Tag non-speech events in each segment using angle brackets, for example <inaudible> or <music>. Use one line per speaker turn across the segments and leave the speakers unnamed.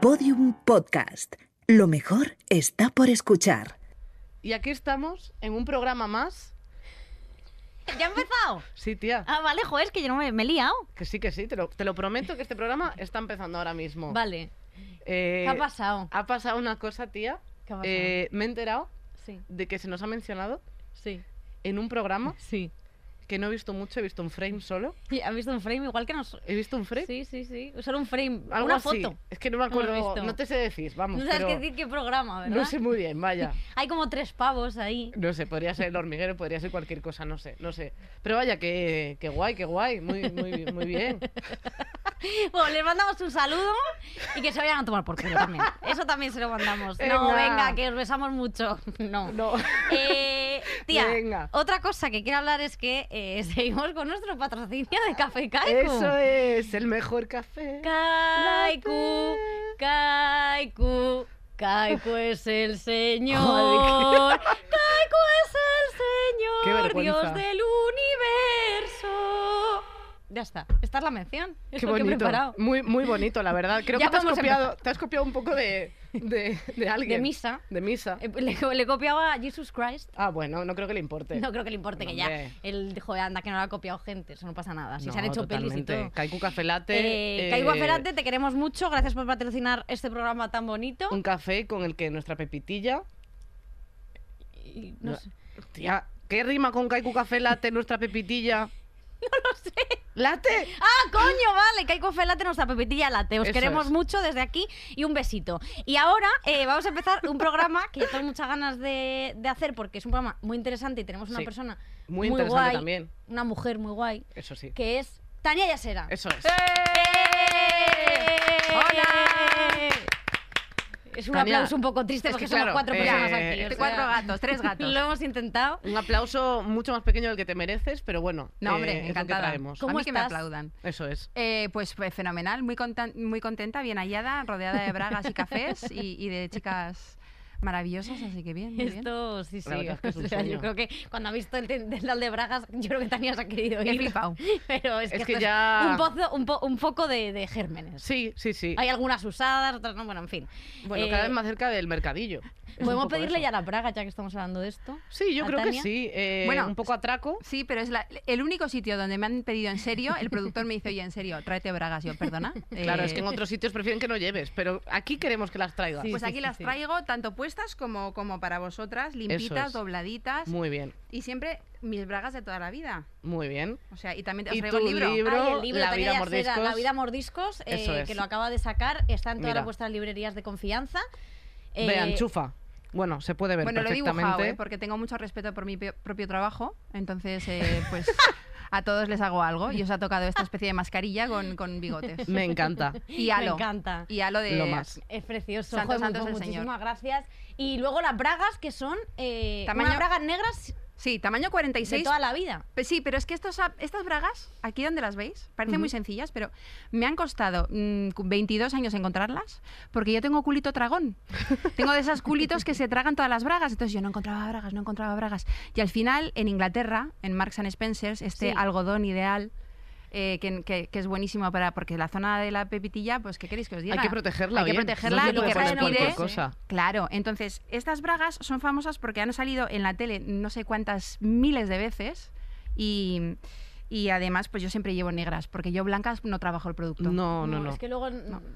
Podium Podcast. Lo mejor está por escuchar.
Y aquí estamos en un programa más.
<laughs> ¿Ya ha empezado?
Sí, tía.
Ah, vale, joder, es que yo no me, me he liado.
Que sí, que sí. Te lo, te lo prometo que este programa está empezando ahora mismo.
Vale.
Eh,
¿Qué ha pasado?
ha pasado una cosa, tía.
¿Qué ha pasado?
Eh, me he enterado
sí,
de que se nos ha mencionado
sí,
en un programa
sí.
que no he visto mucho, he visto un frame solo.
¿Y ¿Has visto un frame igual que nos...?
¿He visto un frame?
Sí, sí, sí. Solo un frame.
Algo
una
así.
foto.
Es que no me
No lo he
acuerdo.
visto.
No, te sé decir, vamos.
No sabes
pero
qué decir qué programa, ¿verdad?
no sé muy bien,
<laughs>
vaya.
Hay como tres pavos ahí. <laughs>
No sé, podría ser el hormiguero, podría ser cualquier cosa, no sé, no sé. Pero vaya, que, que guay, que guay, muy, muy, muy
<laughs>
bien.
Bueno, les mandamos un saludo y que se vayan a tomar por culo también. Eso también se
<laughs>
lo mandamos. No,
Venga.
venga, que os besamos mucho. <laughs> No.
No.
Eh, tía,
Venga.
otra cosa que quiero hablar es que eh, <laughs> seguimos con nuestro patrocinio de Café Caico.
Eso es el mejor café.
Kaiku, Kaiku, Kaiku es el Señor.
Joder, <laughs>
Kaiku es
Qué
el Señor,
vergüenza.
Dios del universo. Ya está. Esta es la mención. Es
Qué
lo que he
bonito.
preparado.
Muy, muy bonito, la verdad. Creo
<laughs> Ya
que te has,
vamos a
copiado, te has copiado un poco de, de, de alguien.
De misa.
De misa.
Eh, Le, le copiaba a Jesus Christ.
Ah, bueno, no creo que le importe.
No creo que le importe que ya.
Hombre.
El joder, anda, que no lo ha copiado gente. Eso no pasa nada. Si se
No,
han hecho pelis y
totalmente.
todo.
Kaiku Café Latte.
Eh,
eh,
Kaiku Aferante, te queremos mucho. Gracias por patrocinar este programa tan bonito.
Un café con el que nuestra pepitilla.
Y no
No.
sé.
Tía, ¿qué rima con Kaiku Café Latte nuestra pepitilla?
<laughs> No sé.
¡Late!
¡Ah, coño! Vale, Caico Felate, nuestra pepitilla late. Os
Eso
queremos
es.
mucho desde aquí y un besito. Y ahora eh, vamos a empezar un programa que yo tengo muchas ganas de, de hacer porque es un programa muy interesante y tenemos una
Sí.
persona
Muy interesante
guay,
también.
Una mujer muy guay,
Eso sí.
que es Tania Yasera.
Eso es.
¡Eh!
¡Hola!
Es un
Tania,
aplauso un poco triste
es
porque
que
somos
claro,
cuatro
eh,
personas aquí. o
este-
sea,
Cuatro
<laughs>
gatos, tres gatos.
Lo hemos intentado.
Un aplauso mucho más pequeño del que te mereces, pero bueno.
No, hombre,
Eh, es lo que
encantada.
traemos.
¿Cómo
a mí que me
estás?
aplaudan.
Eso es.
Eh, pues pues, fenomenal, muy, contan- muy contenta, bien hallada, rodeada de bragas y
<laughs>
cafés y, y de chicas maravillosas, así que bien, muy bien.
Esto, sí, sí.
La verdad es que es un
<laughs> o sea, yo
sueño.
creo que cuando ha visto el ten- del de Bragas, yo creo que Tania se ha querido ir.
He flipado.
<laughs> Pero es que,
Es que
esto es
ya-
un, pozo, un, po- un foco de, de gérmenes.
Sí, sí, sí.
Hay algunas usadas, otras no, bueno, en fin.
Bueno,
Eh,
cada vez más cerca del mercadillo. Es un
¿Podemos
poco
pedirle
eso.
ya la Braga, ya que estamos hablando de esto?
Sí, yo
a
creo que
Tania?
sí. Eh,
Bueno,
un poco atraco.
Sí, pero es la- el único sitio donde me han pedido en serio, el productor me dice, oye, en serio, tráete bragas, yo,
<laughs>
perdona.
Claro, es
Eh,
que en otros sitios prefieren que no lleves, pero aquí queremos que las traigas.
Sí.
Pues aquí las traigo tanto puestas como, como para vosotras, limpitas,
es.
dobladitas
Muy bien,
y siempre mis bragas de toda la vida.
muy bien.
O sea, y también te os
Y
traigo
tu
el libro.
libro.
Ay, el libro
La
Tania
vida
Yasera,
mordiscos.
La vida mordiscos, eh,
Eso es.
que lo acaba de sacar, está en todas
Mira.
las vuestras librerías de confianza. Eh,
Vean, chufa. Bueno, se puede ver
Bueno, lo he dibujado,
perfectamente.
¿eh? porque tengo mucho respeto por mi pe- propio trabajo. Entonces,
<laughs>
eh, pues a todos les hago algo y os ha tocado esta especie de mascarilla con, con bigotes.
Me
<laughs>
encanta.
Y
Me
halo.
encanta.
Y halo de.
Lo más.
Es precioso,
Santo,
joder,
santo
pues
es el
muchísimas
Señor.
gracias. Y luego las bragas que son eh,
Tamaño-
unas bragas negras
Sí, tamaño
de
46.
toda la vida.
Pues sí, pero es que estos, ap- estas bragas, aquí donde las veis, parecen muy sencillas, pero me han costado mm, cu- 22 años encontrarlas porque yo tengo culito
<laughs>
tragón. tengo de esas culitos que se tragan todas las bragas. Entonces yo no encontraba bragas, no encontraba bragas. Y al final, en Inglaterra, en Marks and Spencer's, este
Sí.
algodón ideal. eh, que, que- que es buenísimo para porque la zona de la pepitilla pues qué queréis que os diga
Hay que protegerla
hay que
bien.
protegerla
No se
y
puede
que
poner
respire
cualquier cosa.
Claro, entonces estas bragas son famosas porque han salido en la tele no sé cuántas miles de veces y, y además pues yo siempre llevo negras porque yo blancas no trabajo el producto.
No, no, no.
Es que luego,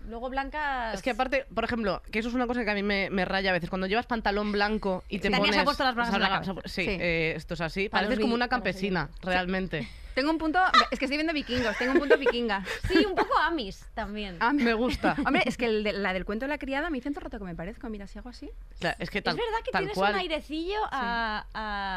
luego Blanca.
Es que aparte, por ejemplo, que eso es una cosa que a mí me, me raya a veces. Cuando llevas pantalón blanco y te
Tania se
pones...
ha puesto las bragas en la
bragas-
cabeza.
Sí,
Sí.
eh, esto es así.
Para los
Pareces como
vi-
una
para los
campesina,
<laughs>
realmente.
Tengo un punto, es que estoy viendo vikingos, tengo un punto
<laughs>
vikinga.
Sí, un poco Amis también.
Ah,
Me gusta.
Hombre, es que el de- la del cuento de la criada me dicen todo el rato que me parezco, mira, si hago así.
Claro, es que
es
tal,
verdad que
tal
tienes
cual.
un airecillo a,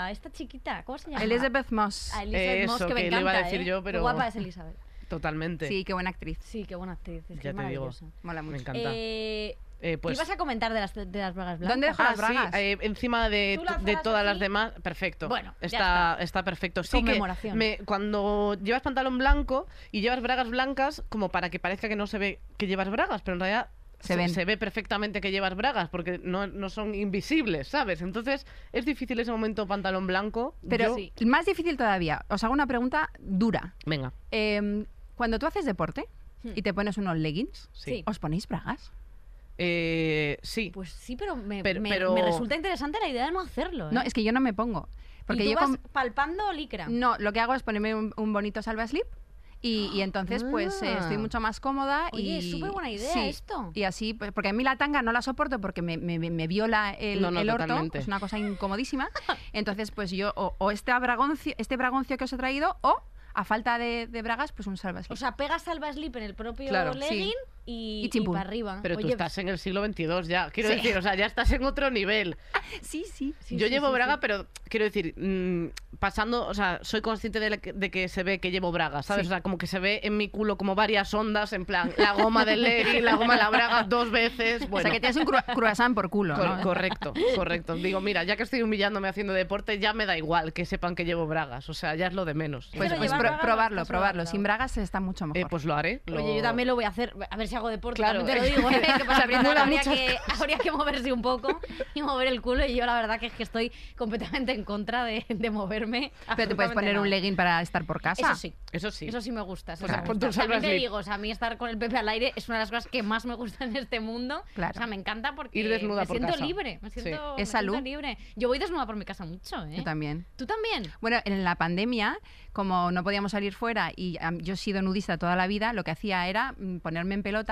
a esta chiquita. ¿Cómo se llama?
Elizabeth Moss.
A Elizabeth
Eso,
Moss, que me
que le
encanta.
iba a decir
¿eh?
yo, pero-
Qué guapa es Elizabeth.
Totalmente.
Sí, qué buena actriz.
Sí, qué buena actriz.
Ya
Es que es
te digo.
maravillosa.
Mola
Me
mucho.
encanta.
Eh,
Eh, pues,
¿Qué ibas a comentar de las, de las bragas blancas?
¿Dónde dejo
Ah,
las bragas?
sí, eh, encima de,
Tú las
de
hagas
todas las
así.
demás. Perfecto.
Bueno, ya
está, está perfecto. Sí que
Conmemoración.
me- cuando llevas pantalón blanco y llevas bragas blancas, como para que parezca que no se ve que llevas bragas, pero en realidad
Se ven.
ve perfectamente que llevas bragas porque no, no son invisibles, ¿sabes? Entonces es difícil ese momento pantalón blanco.
Pero
Yo-
Sí.
más difícil todavía, os hago una pregunta dura.
Venga,
Em, cuando tú haces deporte y te pones unos leggings,
sí.
Hmm. Sí.
¿os ponéis bragas?
Eh, sí.
Pues sí, pero me,
Pero-
me-
pero-
me resulta interesante la idea de no hacerlo. ¿eh?
No, es que yo no me pongo. Porque
y tú
yo
vas
con-
palpando licra.
No, lo que hago es ponerme un, un bonito salva slip y, y entonces pues eh,
Ah.
estoy mucho más cómoda y
Oye, es súper buena idea
sí,
esto.
y así pues, porque a mí la tanga no la soporto porque me, me- me- me viola el,
No, no,
el orto
totalmente.
es una
<laughs>
cosa incomodísima entonces pues yo o, o este bragoncio este bragoncio que os he traído o a falta de, de bragas pues un salva slip
O sea, pegas salva slip en el propio
Claro, sí.
legging
Y
y, y,
chimpún.
para arriba.
Pero tú
Oye,
estás en el siglo XXII ya. Quiero
Sí.
decir, o sea, ya estás en otro nivel.
sí sí
sí,
yo
sí,
llevo
sí,
braga,
sí.
pero quiero decir, mm, pasando, o sea, soy consciente de, la que- de que se ve que llevo braga, ¿sabes?
Sí.
O sea, como que se ve en mi culo como varias ondas, en plan, la goma del legging, la goma de la braga dos veces. Bueno,
o sea que tienes un cru- croissant por culo
Cor-
¿eh?
¿no?
correcto, correcto. Digo, mira, ya que estoy humillándome haciendo deporte, ya me da igual que sepan que llevo bragas, o sea, ya es lo de menos.
pues,
Pero
pues
llevar
pro-
bragas no
probarlo
está
probarlo
sobrado.
sin bragas está mucho mejor
Eh, pues lo haré. lo-
Oye, yo también lo voy a hacer. A ver si hago deporte.
Claro.
también te lo digo. ¿eh?
<laughs>
Que para
Se
empezar
acumulan
habría,
muchas
que, habría que moverse un poco y mover el culo. Y yo, la verdad, que es que estoy completamente en contra de, de moverme.
pero te puedes
absolutamente
poner un
nada.
legging para estar por casa
Eso sí.
Eso sí.
Eso sí me gusta. Eso
Pues
sí
ah,
me
ponte
gusta.
un salva
También te
slip.
digo, o sea, a mí estar con el Pepe al aire es una de las cosas que más me gusta en este mundo.
Claro.
O sea, me encanta porque
Ir desnuda
me
por
siento
casa.
libre. Me
Sí.
siento, me
Es
siento
salud.
libre. Yo voy desnuda por mi casa mucho, ¿eh?
yo también
¿Tú también?
Bueno, en la pandemia, como no podíamos salir fuera y am, yo he sido nudista toda la vida, lo que hacía era mm, ponerme en pelotas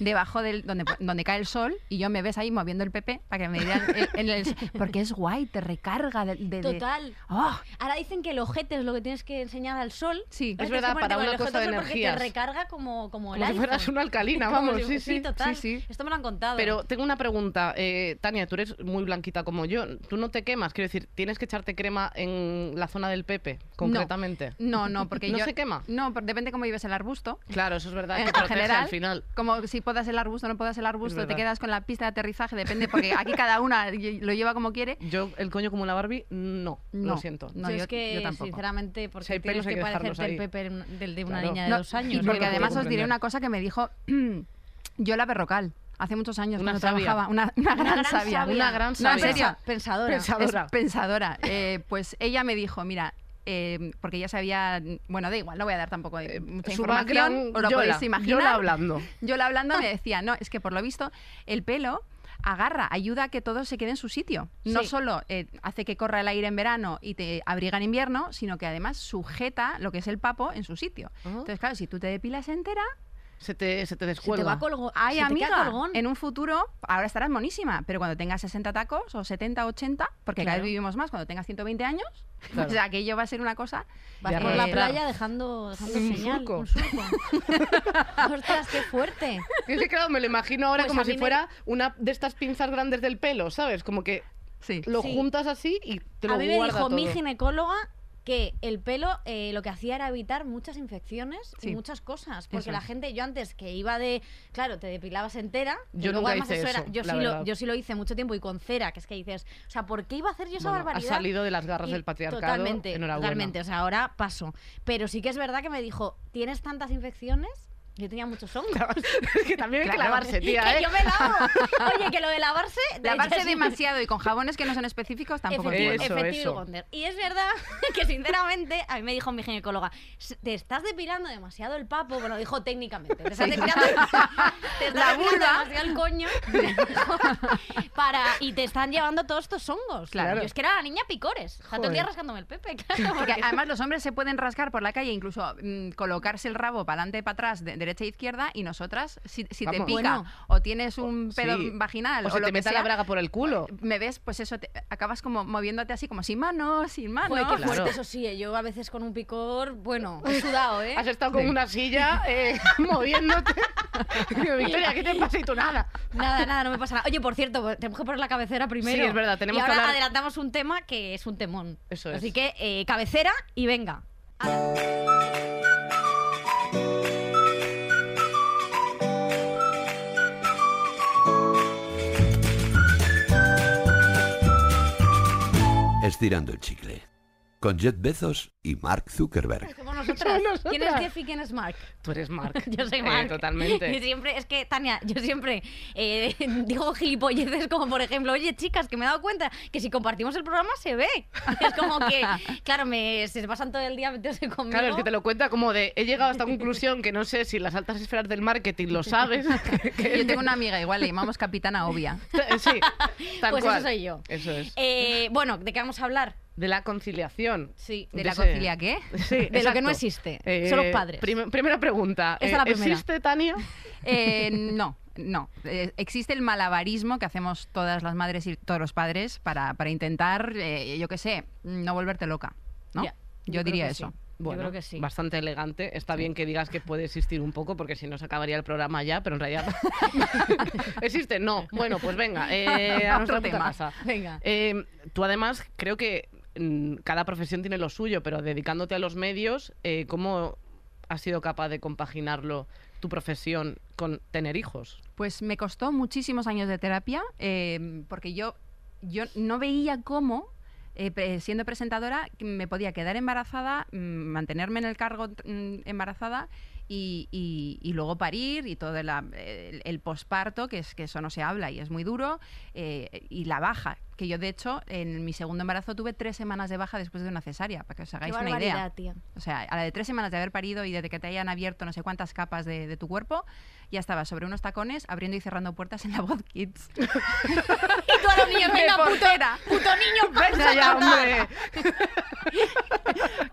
debajo del donde, <laughs> donde cae el sol y yo me ves ahí moviendo el pepe para que me vean el- en el sol. Porque es guay, te recarga de... de- de-
Total.
¡Oh!
Ahora dicen que el ojete es lo que tienes que enseñar al sol.
Sí.
Ahora
Es
tienes
verdad,
que ponerte
para
con el
una
ojete
cosa de
al sol Porque
energías.
te recarga como, como el
Como si
iPhone.
fueras una alcalina,
Como
vamos,
si-
sí, sí.
total.
sí, sí.
Esto me lo han contado.
Pero tengo una pregunta, eh, Tania, tú eres muy blanquita como yo, tú no te quemas, quiero decir, tienes que echarte crema en la zona del Pepe, concretamente.
No, no, porque
¿No
yo...
se quema?
No, por- depende cómo vives el arbusto.
Claro, eso es verdad,
En
que protege
general,
al final.
Como si podas el arbusto, no podas el arbusto, te
verdad.
quedas con la pista de aterrizaje, depende, porque aquí cada una lle- lo lleva como quiere.
Yo, el coño como la Barbie, no,
No.
lo siento. <laughs>
No,
yo,
yo-
es que,
yo tampoco.
sinceramente, porque
Si hay
tienes
pelos, hay
que
que dejarlos
parecerte el
ahí.
Pepe en- del de una
Claro.
niña de
No,
dos
y
años.
no lo
porque
puedo
además os diré
comprender.
una cosa que me dijo <clears throat> Yola Berrocal hace muchos años
Una
cuando
sabia.
trabajaba. Una, una gran, sabia.
sabia. Una gran
No, en
sabia.
serio.
Pensadora.
Pensadora.
Es pensadora. Eh, pues ella me dijo, mira, eh, porque ya sabía, bueno, da igual, no voy a dar tampoco eh, mucha
Su
información,
background,
os lo
Yola,
podéis imaginar.
Yola hablando.
Yola hablando
<laughs>
me decía, no, es que por lo visto el pelo agarra, ayuda a que todo se quede en su sitio. No
Sí.
solo eh, hace que corra el aire en verano y te abriga en invierno, sino que además sujeta lo que es el papo en su sitio.
Ah.
Entonces, claro, si tú te depilas entera,
Se te, se te
Se te
descuelga.
va a colgo-
Ay,
se te queda
amiga,
colgón.
en un futuro, ahora estarás monísima, pero cuando tengas 60 tacos o 70, 80, porque cada
Claro.
vez vivimos más, cuando tengas 120 años, <laughs>
Claro.
o sea, aquello va a ser una cosa.
Vas
Ya
por
no.
la
Eh,
playa dejando, dejando
Un
señal,
surco. <laughs>
un surco. <laughs> Ostras, qué fuerte.
Es que claro, me lo imagino ahora
Pues
como
a mí
si
me-
fuera una de estas pinzas grandes del pelo, ¿sabes? Como que
Sí.
lo
Sí.
juntas así y te lo
A mí me
guarda
dijo mi
todo.
ginecóloga que el pelo eh, lo que hacía era evitar muchas infecciones
Sí.
y muchas cosas. Porque
Eso
la
es.
gente, yo antes que iba de. Claro, te depilabas entera. y
Yo
luego
nunca
además
hice
eso era.
eso,
Yo
la
sí, lo,
verdad.
yo sí lo hice mucho tiempo y con cera, que es que dices. O sea, ¿por qué iba a hacer yo esa
Bueno,
barbaridad?
Ha salido de las garras
Y
del patriarcado.
Totalmente,
Enhorabuena. <laughs>
totalmente. O sea, ahora paso. Pero sí que es verdad que me dijo, ¿tienes tantas infecciones? Yo tenía muchos hongos.
<laughs> es que también hay que
<laughs>
Claro.
lavarse, tía,
que
¿eh?
yo
<laughs>
me lavo. Oye, que lo de lavarse... de
Lavarse
hecho, sí.
demasiado y con jabones que no son específicos tampoco es
Efectivo-
bueno.
Eso,
efectivo
eso.
Wonder. Y es verdad <laughs> que, sinceramente, a mí me dijo mi ginecóloga, "S- te estás depilando demasiado el papo. Bueno, dijo técnicamente, te estás depilando, <laughs> te estás
La
depilando
vulva.
demasiado el coño. <laughs> para, y te están llevando todos estos hongos.
Claro.
Yo es que era la niña picores. O sea, todo el día
Joder.
rascándome el pepe, <laughs> claro.
Porque además los hombres se pueden rascar por la calle, incluso mm, colocarse el rabo para adelante, para atrás, de derecha e izquierda, y nosotras, si, si te pica
Vamos.
Bueno.
o tienes un
Sí.
pedo vaginal
O
o,
se
lo
te
que
meta
sea,
la braga por el culo.
me ves, pues eso, te- acabas como moviéndote así, como sin manos, sin manos.
Joder, qué fuerte,
claro.
eso sí, eh, yo a veces con un picor, bueno, he <laughs> sudado, ¿eh?
Has estado con una silla eh, <laughs>
<laughs>
moviéndote. Digo, Victoria, ¿qué te pasa y tú nada?
Nada, nada, no me pasa nada. Oye, por cierto, pues, tenemos que poner la cabecera primero.
Sí, es verdad, tenemos
y
que
ahora
hablar-
adelantamos un tema que es un temón.
Eso es.
Así que eh, cabecera y venga.
Estirando el chicle. con Jeff Bezos y Mark Zuckerberg.
<laughs> Somos nosotras.
Somos
¿Quién es
nosotras.
Jeff y quién es Mark?
Tú eres Mark.
<laughs> Yo soy
Eh,
Mark. <laughs> Y
totalmente.
siempre, es que, Tania, yo siempre eh, <laughs> digo gilipolleces como, por ejemplo, oye, chicas, que me he dado cuenta que si compartimos el programa se ve. <laughs> Es como que, claro, me, se pasan todo el día metiéndose conmigo.
Claro, es que te lo cuenta como de he llegado a esta conclusión que no sé si las altas esferas del marketing lo
<laughs>
sabes. que-
Yo tengo una amiga igual, le llamamos Capitana Obvia.
<laughs>
<laughs>
Sí, tal
Pues eso
cual.
soy yo.
Eso es.
Eh, bueno, ¿de qué vamos a hablar?
De la conciliación.
Sí.
¿De
Yo
la
sé.
concilia qué?
Sí,
<laughs> De lo que
exacto.
no existe.
Eh,
Son los padres.
prim- primera pregunta.
Esta es la primera.
¿Existe, Tania?
Eh, no, no. Eh, existe el malabarismo que hacemos todas las madres y todos los padres para, para intentar, eh, yo qué sé, no volverte loca, ¿no?
Ya,
Yo,
creo
diría
que
eso.
sí. yo creo que sí.
Bastante elegante. Está bien que digas que puede existir un poco, porque si no se acabaría el programa ya, pero en
<laughs>
realidad. <laughs> ¿Existe? No. Bueno, pues venga,
<laughs>
eh, a nuestra
Otro
puta
tema.
casa.
Venga.
Eh, tú además creo que mm, cada profesión tiene lo suyo, pero dedicándote a los medios, eh, ¿cómo has sido capaz de compaginarlo tu profesión con tener
<laughs>
hijos?
Pues me costó muchísimos años de terapia eh, porque yo, yo no veía cómo, eh, pre- siendo presentadora, me podía quedar embarazada, mm, mantenerme en el cargo mm, embarazada y, y- y luego parir y todo la- el, el posparto, que es que eso no se habla y es muy duro, eh, y la baja, que yo de hecho en mi segundo embarazo tuve tres semanas de baja después de una cesárea, para que os
Qué
hagáis una idea.
barbaridad, tía.
O sea, a la de tres semanas de haber parido y desde que te hayan abierto no sé cuántas capas de, de tu cuerpo, ya estaba sobre unos tacones abriendo y cerrando puertas en la voz <laughs> Kids.
Y tú a los <laughs> niños, venga, puto,
portera.
puto niño, vamos
Venga
a
ya,
cantar.
hombre.
<laughs>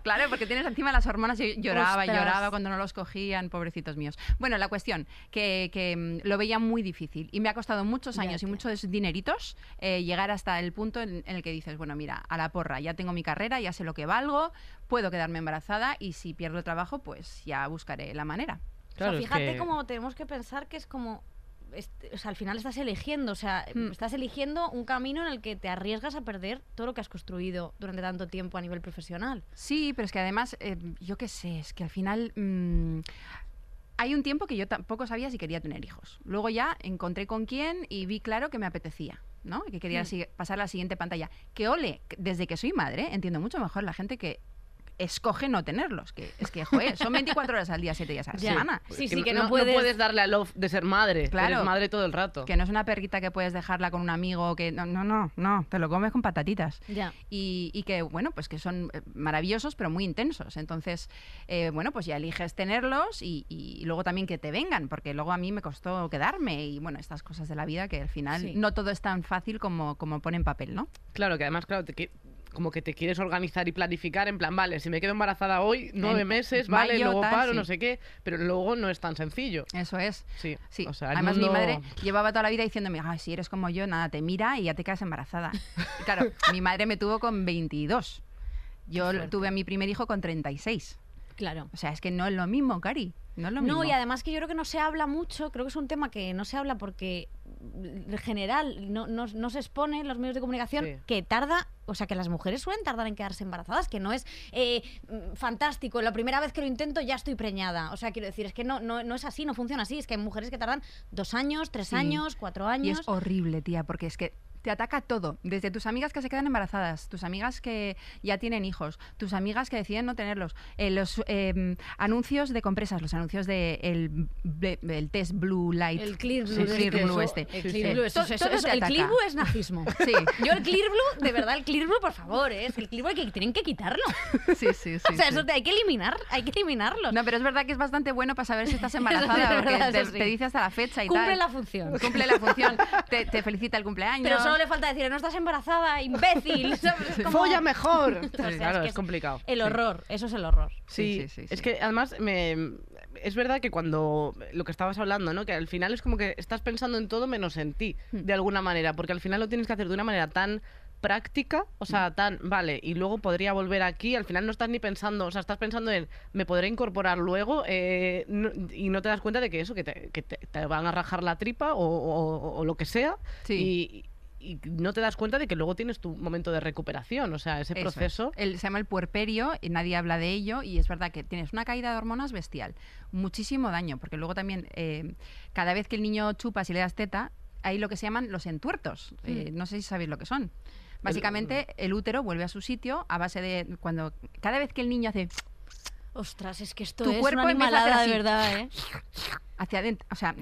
Claro, porque tienes encima las hormonas. Yo lloraba, y
Ostras.
lloraba cuando no los cogían, pobrecitos míos. Bueno, la cuestión, que, que, mm, lo veía muy difícil y me ha costado muchos
Ya,
años y
tía.
muchos dineritos eh, llegar hasta el punto en, en el que dices, bueno, mira, a la porra, ya tengo mi carrera, ya sé lo que valgo, puedo quedarme embarazada y si pierdo el trabajo, pues ya buscaré la manera.
O
Claro,
sea,
es
fíjate
que-
cómo tenemos que pensar que es como. este- o sea, al final estás eligiendo, o sea,
Mm.
estás eligiendo un camino en el que te arriesgas a perder todo lo que has construido durante tanto tiempo a nivel profesional.
Sí, pero es que además, eh, yo qué sé, es que al final mm, hay un tiempo que yo tampoco sabía si quería tener hijos. Luego ya encontré con quién y vi claro que me apetecía, ¿no? Y Que quería
Mm.
si- pasar a la siguiente pantalla. Que ole, que desde que soy madre entiendo mucho mejor la gente que escoge no tenerlos. Que es que, joder, son 24 horas al día, 7 días a la
Ya.
semana.
Sí,
Es
sí, que no,
no
puedes.
darle al off de ser madre.
Claro.
Eres madre todo el rato.
Que no es una perrita que puedes dejarla con un amigo, que no, no, no, no, te lo comes con patatitas.
Ya.
y, y que bueno pues que son eh, maravillosos pero muy intensos entonces eh, bueno pues ya eliges tenerlos y, y luego también que te vengan porque luego a mí me costó quedarme y bueno estas cosas de la vida que al final
Sí.
no todo es tan fácil como como pone en papel no
Claro, que además, claro, te qui- como que te quieres organizar y planificar en plan, vale, si me quedo embarazada hoy, nueve
En
meses, vale,
mayo,
luego
tal,
paro,
sí.
no sé qué, pero luego no es tan sencillo.
eso es
Sí,
Sí,
o sea, el
además mi
mundo-
madre llevaba toda la vida diciéndome, Ay, si eres como yo, nada, te mira y ya te quedas embarazada. Y claro, mi madre me tuvo con 22. Yo
fuerte.
tuve a mi primer hijo con 36.
Claro.
O sea, es que no es lo mismo, Cari. No es lo mismo.
No, y además que yo creo que no se habla mucho, creo que es un tema que no se habla porque mm, en general no, no- no se expone en los medios de comunicación
Sí.
que tarda, o sea que las mujeres suelen tardar en quedarse embarazadas, que no es eh, mm, fantástico, la primera vez que lo intento ya estoy preñada, o sea quiero decir, es que no, no, no es así, no funciona así, es que hay mujeres que tardan dos años, tres
Sí.
años, cuatro
Y
años,
es horrible, tía, porque es que te ataca todo. Desde tus amigas que se quedan embarazadas, tus amigas que ya tienen hijos, tus amigas que deciden no tenerlos, eh, los eh, anuncios de compresas, los anuncios de el, ble- el test Blue Light.
el clear blue,
Sí,
es
Clear
que eso-
Blue este.
el
Sí,
Clear
sí.
Blue, eso-
To-
eso-
todo
eso-
te
el clear
ataca.
blue es nazismo.
<laughs> Sí.
Yo el clear blue, de verdad, el clear blue, por favor, ¿eh? es que el clear blue que tienen que quitarlo.
Sí, sí, sí.
<laughs> O sea,
sí.
eso te- hay que eliminar, hay que eliminarlo.
No, pero es verdad que es bastante bueno para saber si estás
<laughs> Eso
embarazada,
es
porque
verdad,
te,
eso sí.
te dice hasta la fecha y
Cumple
tal.
la
<laughs>
función.
Cumple la función. Te, te felicita el cumpleaños.
Pero solo le falta decir, no estás embarazada, imbécil. <laughs> ¿sabes? Es como
¡Folla mejor!
sea, es
claro,
que
es,
es
complicado.
El
Sí.
horror, eso es el horror.
Sí,
Sí, sí, sí,
es
sí.
que además me- es verdad que cuando lo que estabas hablando, ¿no? Que al final es como que estás pensando en todo menos en ti,
Hmm.
de alguna manera, porque al final lo tienes que hacer de una manera tan práctica, o
Hmm.
sea, tan, vale, y luego podría volver aquí, al final no estás ni pensando, o sea, estás pensando en, me podré incorporar luego, Eh, no- y no te das cuenta de que eso, que te, que te- te van a rajar la tripa o, o- o lo que sea,
Sí.
y, y no te das cuenta de que luego tienes tu momento de recuperación, o sea, ese
Eso es.
Este proceso...
El- se llama el puerperio y nadie habla de ello y es verdad que tienes una caída de hormonas bestial, muchísimo daño, porque luego también eh, cada vez que el niño chupas y le das teta, hay lo que se llaman los entuertos. Eh, no sé si sabéis lo que son. Básicamente, el útero vuelve a su sitio a base de cuando cada vez que el niño hace
Ostras, es que esto
Tu
es
cuerpo
una
empieza a hacer
animalada de
así.
verdad,
<laughs>
¿eh?
hacia adentro, o sea,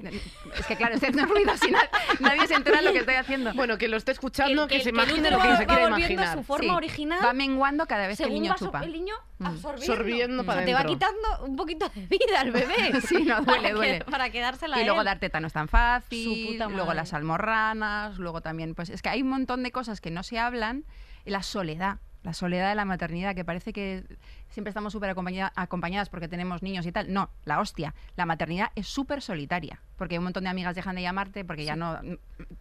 es que claro, hacer un ruido así, na- nadie se entera de lo que estoy haciendo.
Bueno, que lo esté escuchando, que, se
el
imagine
útero
lo que
va-
se
va
quiere
volviendo a
imaginar.
su forma
Sí,
original.
Va menguando cada vez que el
según
niño
va so-
chupa.
el niño
Mm.
absorbiendo.
Sorbiendo
O
para
sea, te va
adentro.
quitando un poquito de vida al bebé.
<laughs> Sí,
Para
no, duele,
que-
duele.
Para quedársela
Y luego
él.
dar teta no es tan fácil,
Su puta
luego
madre.
las almorranas, luego también, pues es que hay un montón de cosas que no se hablan, y la soledad, la soledad de la maternidad, que parece que siempre estamos súper acompaña- acompañadas porque tenemos niños y tal. No, la hostia, la maternidad es súper solitaria, porque un montón de amigas dejan de llamarte porque ya no,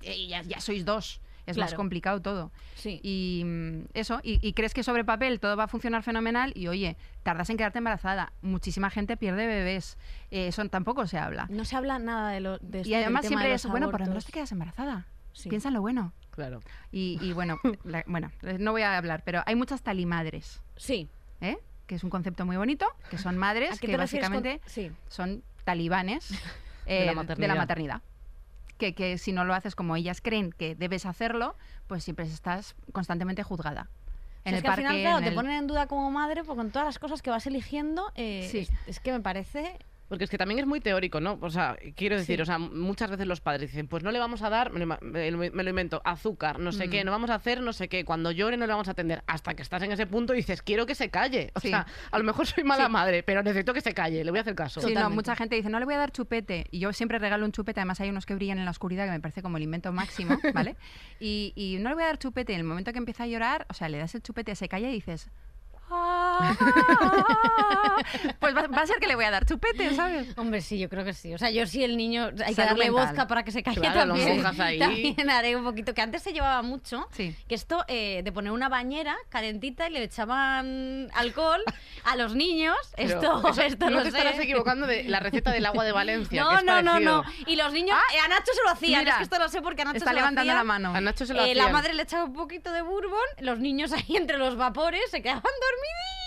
eh, ya, ya sois dos, es más
Claro.
complicado todo.
Sí.
Y mm, eso, y, y crees que sobre papel todo va a funcionar fenomenal y oye, tardas en quedarte embarazada, muchísima gente pierde bebés, eh, eso tampoco se habla.
No se habla nada de lo de
Y además siempre es, bueno, por lo menos te quedas embarazada.
Sí.
Piensa en lo bueno.
Claro.
Y, y bueno, la- bueno, eh, no voy a hablar, pero hay muchas talimadres,
Sí.
¿eh? que es un concepto muy bonito, que son
¿A
madres
qué
que
te refieres con-
básicamente
Sí.
son talibanes
De la
eh, de la
maternidad.
maternidad. Que, que si no lo haces como ellas creen que debes hacerlo, pues siempre estás constantemente juzgada.
O sea,
En el
es que
parque,
al final, claro,
en
te
el-
ponen en duda como madre pues, con todas las cosas que vas eligiendo. eh,
Sí.
es, es que me parece...
Porque es que también es muy teórico, ¿no? O sea, quiero decir,
Sí.
o sea, muchas veces los padres dicen, pues no le vamos a dar, me lo, ima- me lo- me lo invento, azúcar, no sé
Mm.
qué, no vamos a hacer, no sé qué, cuando llore no le vamos a atender. Hasta que estás en ese punto y dices, quiero que se calle. O
Sí.
sea, a lo mejor soy mala
Sí.
madre, pero necesito que se calle, le voy a hacer caso.
Sí, no,
Totalmente.
mucha gente dice, no le voy a dar chupete. Y yo siempre regalo un chupete, además hay unos que brillan en la oscuridad que me parece como el invento máximo, ¿vale? Y, y no le voy a dar chupete. En el momento que empieza a llorar, o sea, le das el chupete, se calla y dices, "Ah". pues va, va a ser que le voy a dar chupete, ¿sabes?
Hombre, sí, yo creo que sí. O sea, yo sí el niño hay que
Salud
darle
mental.
vodka para que se calle
Claro, lo
también.
mojas ahí.
<laughs> También haré un poquito, que antes se llevaba mucho.
Sí.
Que esto eh, de poner una bañera calentita y le echaban alcohol a los niños,
Pero
esto,
eso-
<laughs> esto
no
lo
te
sé.
estarás equivocando de la receta del agua de Valencia. que
No,
es
no, no,
parecido.
no. Y los niños, eh, a Nacho se lo hacían.
Ah, Mira,
es que esto lo sé porque a Nacho
Está
se lo
levantando
hacían.
la mano.
A Nacho se lo
Eh, la
hacían.
madre le echaba un poquito de bourbon, los niños ahí entre los vapores se quedaban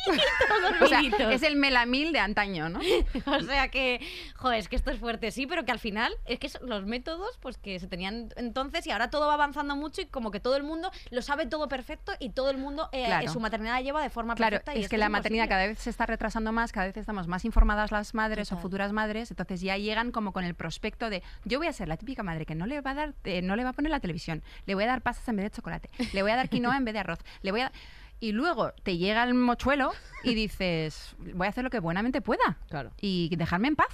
dormiditos,
<laughs> O sea,
dormiditos.
es el melamil de antaño, ¿no?
O sea que, joder, es que esto es fuerte, sí, pero que al final es que es- los métodos pues que se tenían entonces y ahora todo va avanzando mucho y como que todo el mundo lo sabe todo perfecto y todo el mundo eh,
Claro.
su maternidad la lleva de forma
Claro,
perfecta. y
es
esto
que la maternidad
imposible.
cada vez se está retrasando más, cada vez estamos más informadas las madres o
Total.
futuras madres, entonces ya llegan como con el prospecto de yo voy a ser la típica madre que no le va a dar, eh, no le va a poner la televisión, le voy a dar pasas en vez de chocolate, le voy a dar quinoa en vez de arroz, le voy a y luego te llega el mochuelo y dices voy a hacer lo que buenamente pueda
Claro.
y dejarme en paz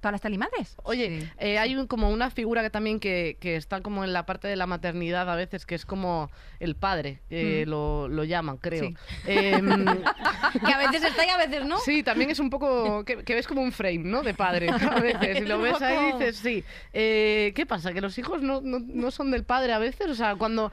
todas las talimadres.
Oye,
Sí.
eh, hay un- como una figura que también que, que está como en la parte de la maternidad a veces, que es como el padre, eh, lo, lo llaman, creo.
Mm. Sí.
Em,
<laughs>
<laughs> Que a veces está y a veces no.
Sí, también es un
<laughs>
poco que, que ves como un frame, ¿no? De padre. A veces, y
Es
lo
un
ves ahí y
poco-
dices, sí. Eh, ¿Qué pasa? ¿Que los hijos no, no, no son del padre a veces? O sea, cuando...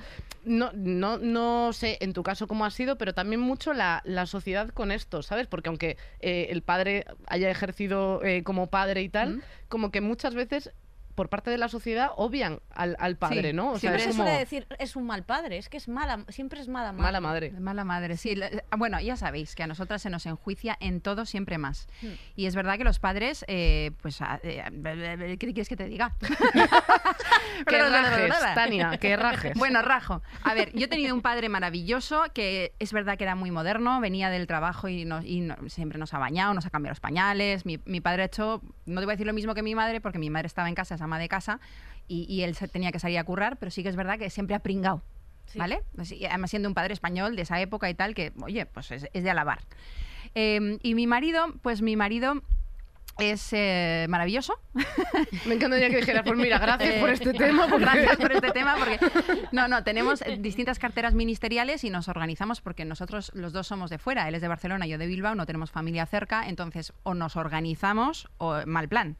No, no, no sé en tu caso cómo ha sido, pero también mucho la, la sociedad con esto, ¿sabes? Porque aunque eh, el padre haya ejercido eh, como padre y tal,
Mm.
como que muchas veces por parte de la sociedad obvian al, al padre, ¿no? O sea, es
Siempre se
como
suele decir, es un mal padre, es que es mala, siempre es mala madre.
mala madre.
Mala madre, sí. La- ah, Bueno, ya sabéis que a nosotras se nos enjuicia en todo siempre más.
Hmm.
Y es verdad que los padres, eh, pues, ah, eh, ¿qué quieres que te <laughs> diga?
Que rajes, Tania, que rajes.
<laughs>
Bueno, rajo. A ver, yo he tenido <laughs> un padre maravilloso que es verdad que era muy moderno, venía del trabajo y, nos- y no- siempre nos ha bañado, nos ha cambiado los pañales. Mi, mi padre ha hecho, no te voy a decir lo mismo que mi madre, porque mi madre estaba en casa, es ama de casa, y, y él se tenía que salir a currar, pero sí que es verdad que siempre ha pringado.
Sí.
¿Vale? Pues, y además siendo un padre español de esa época y tal, que, oye, pues es, es de alabar. Eh, y mi marido, pues mi marido es eh, maravilloso,
Me encantaría que dijeras, pues mira, gracias
Eh,
por este tema.
<laughs>
porque-
Gracias por este tema, porque no, no, tenemos eh, distintas carteras ministeriales y nos organizamos porque nosotros los dos somos de fuera, él es de Barcelona, yo de Bilbao, no tenemos familia cerca, entonces o nos organizamos o eh, mal plan.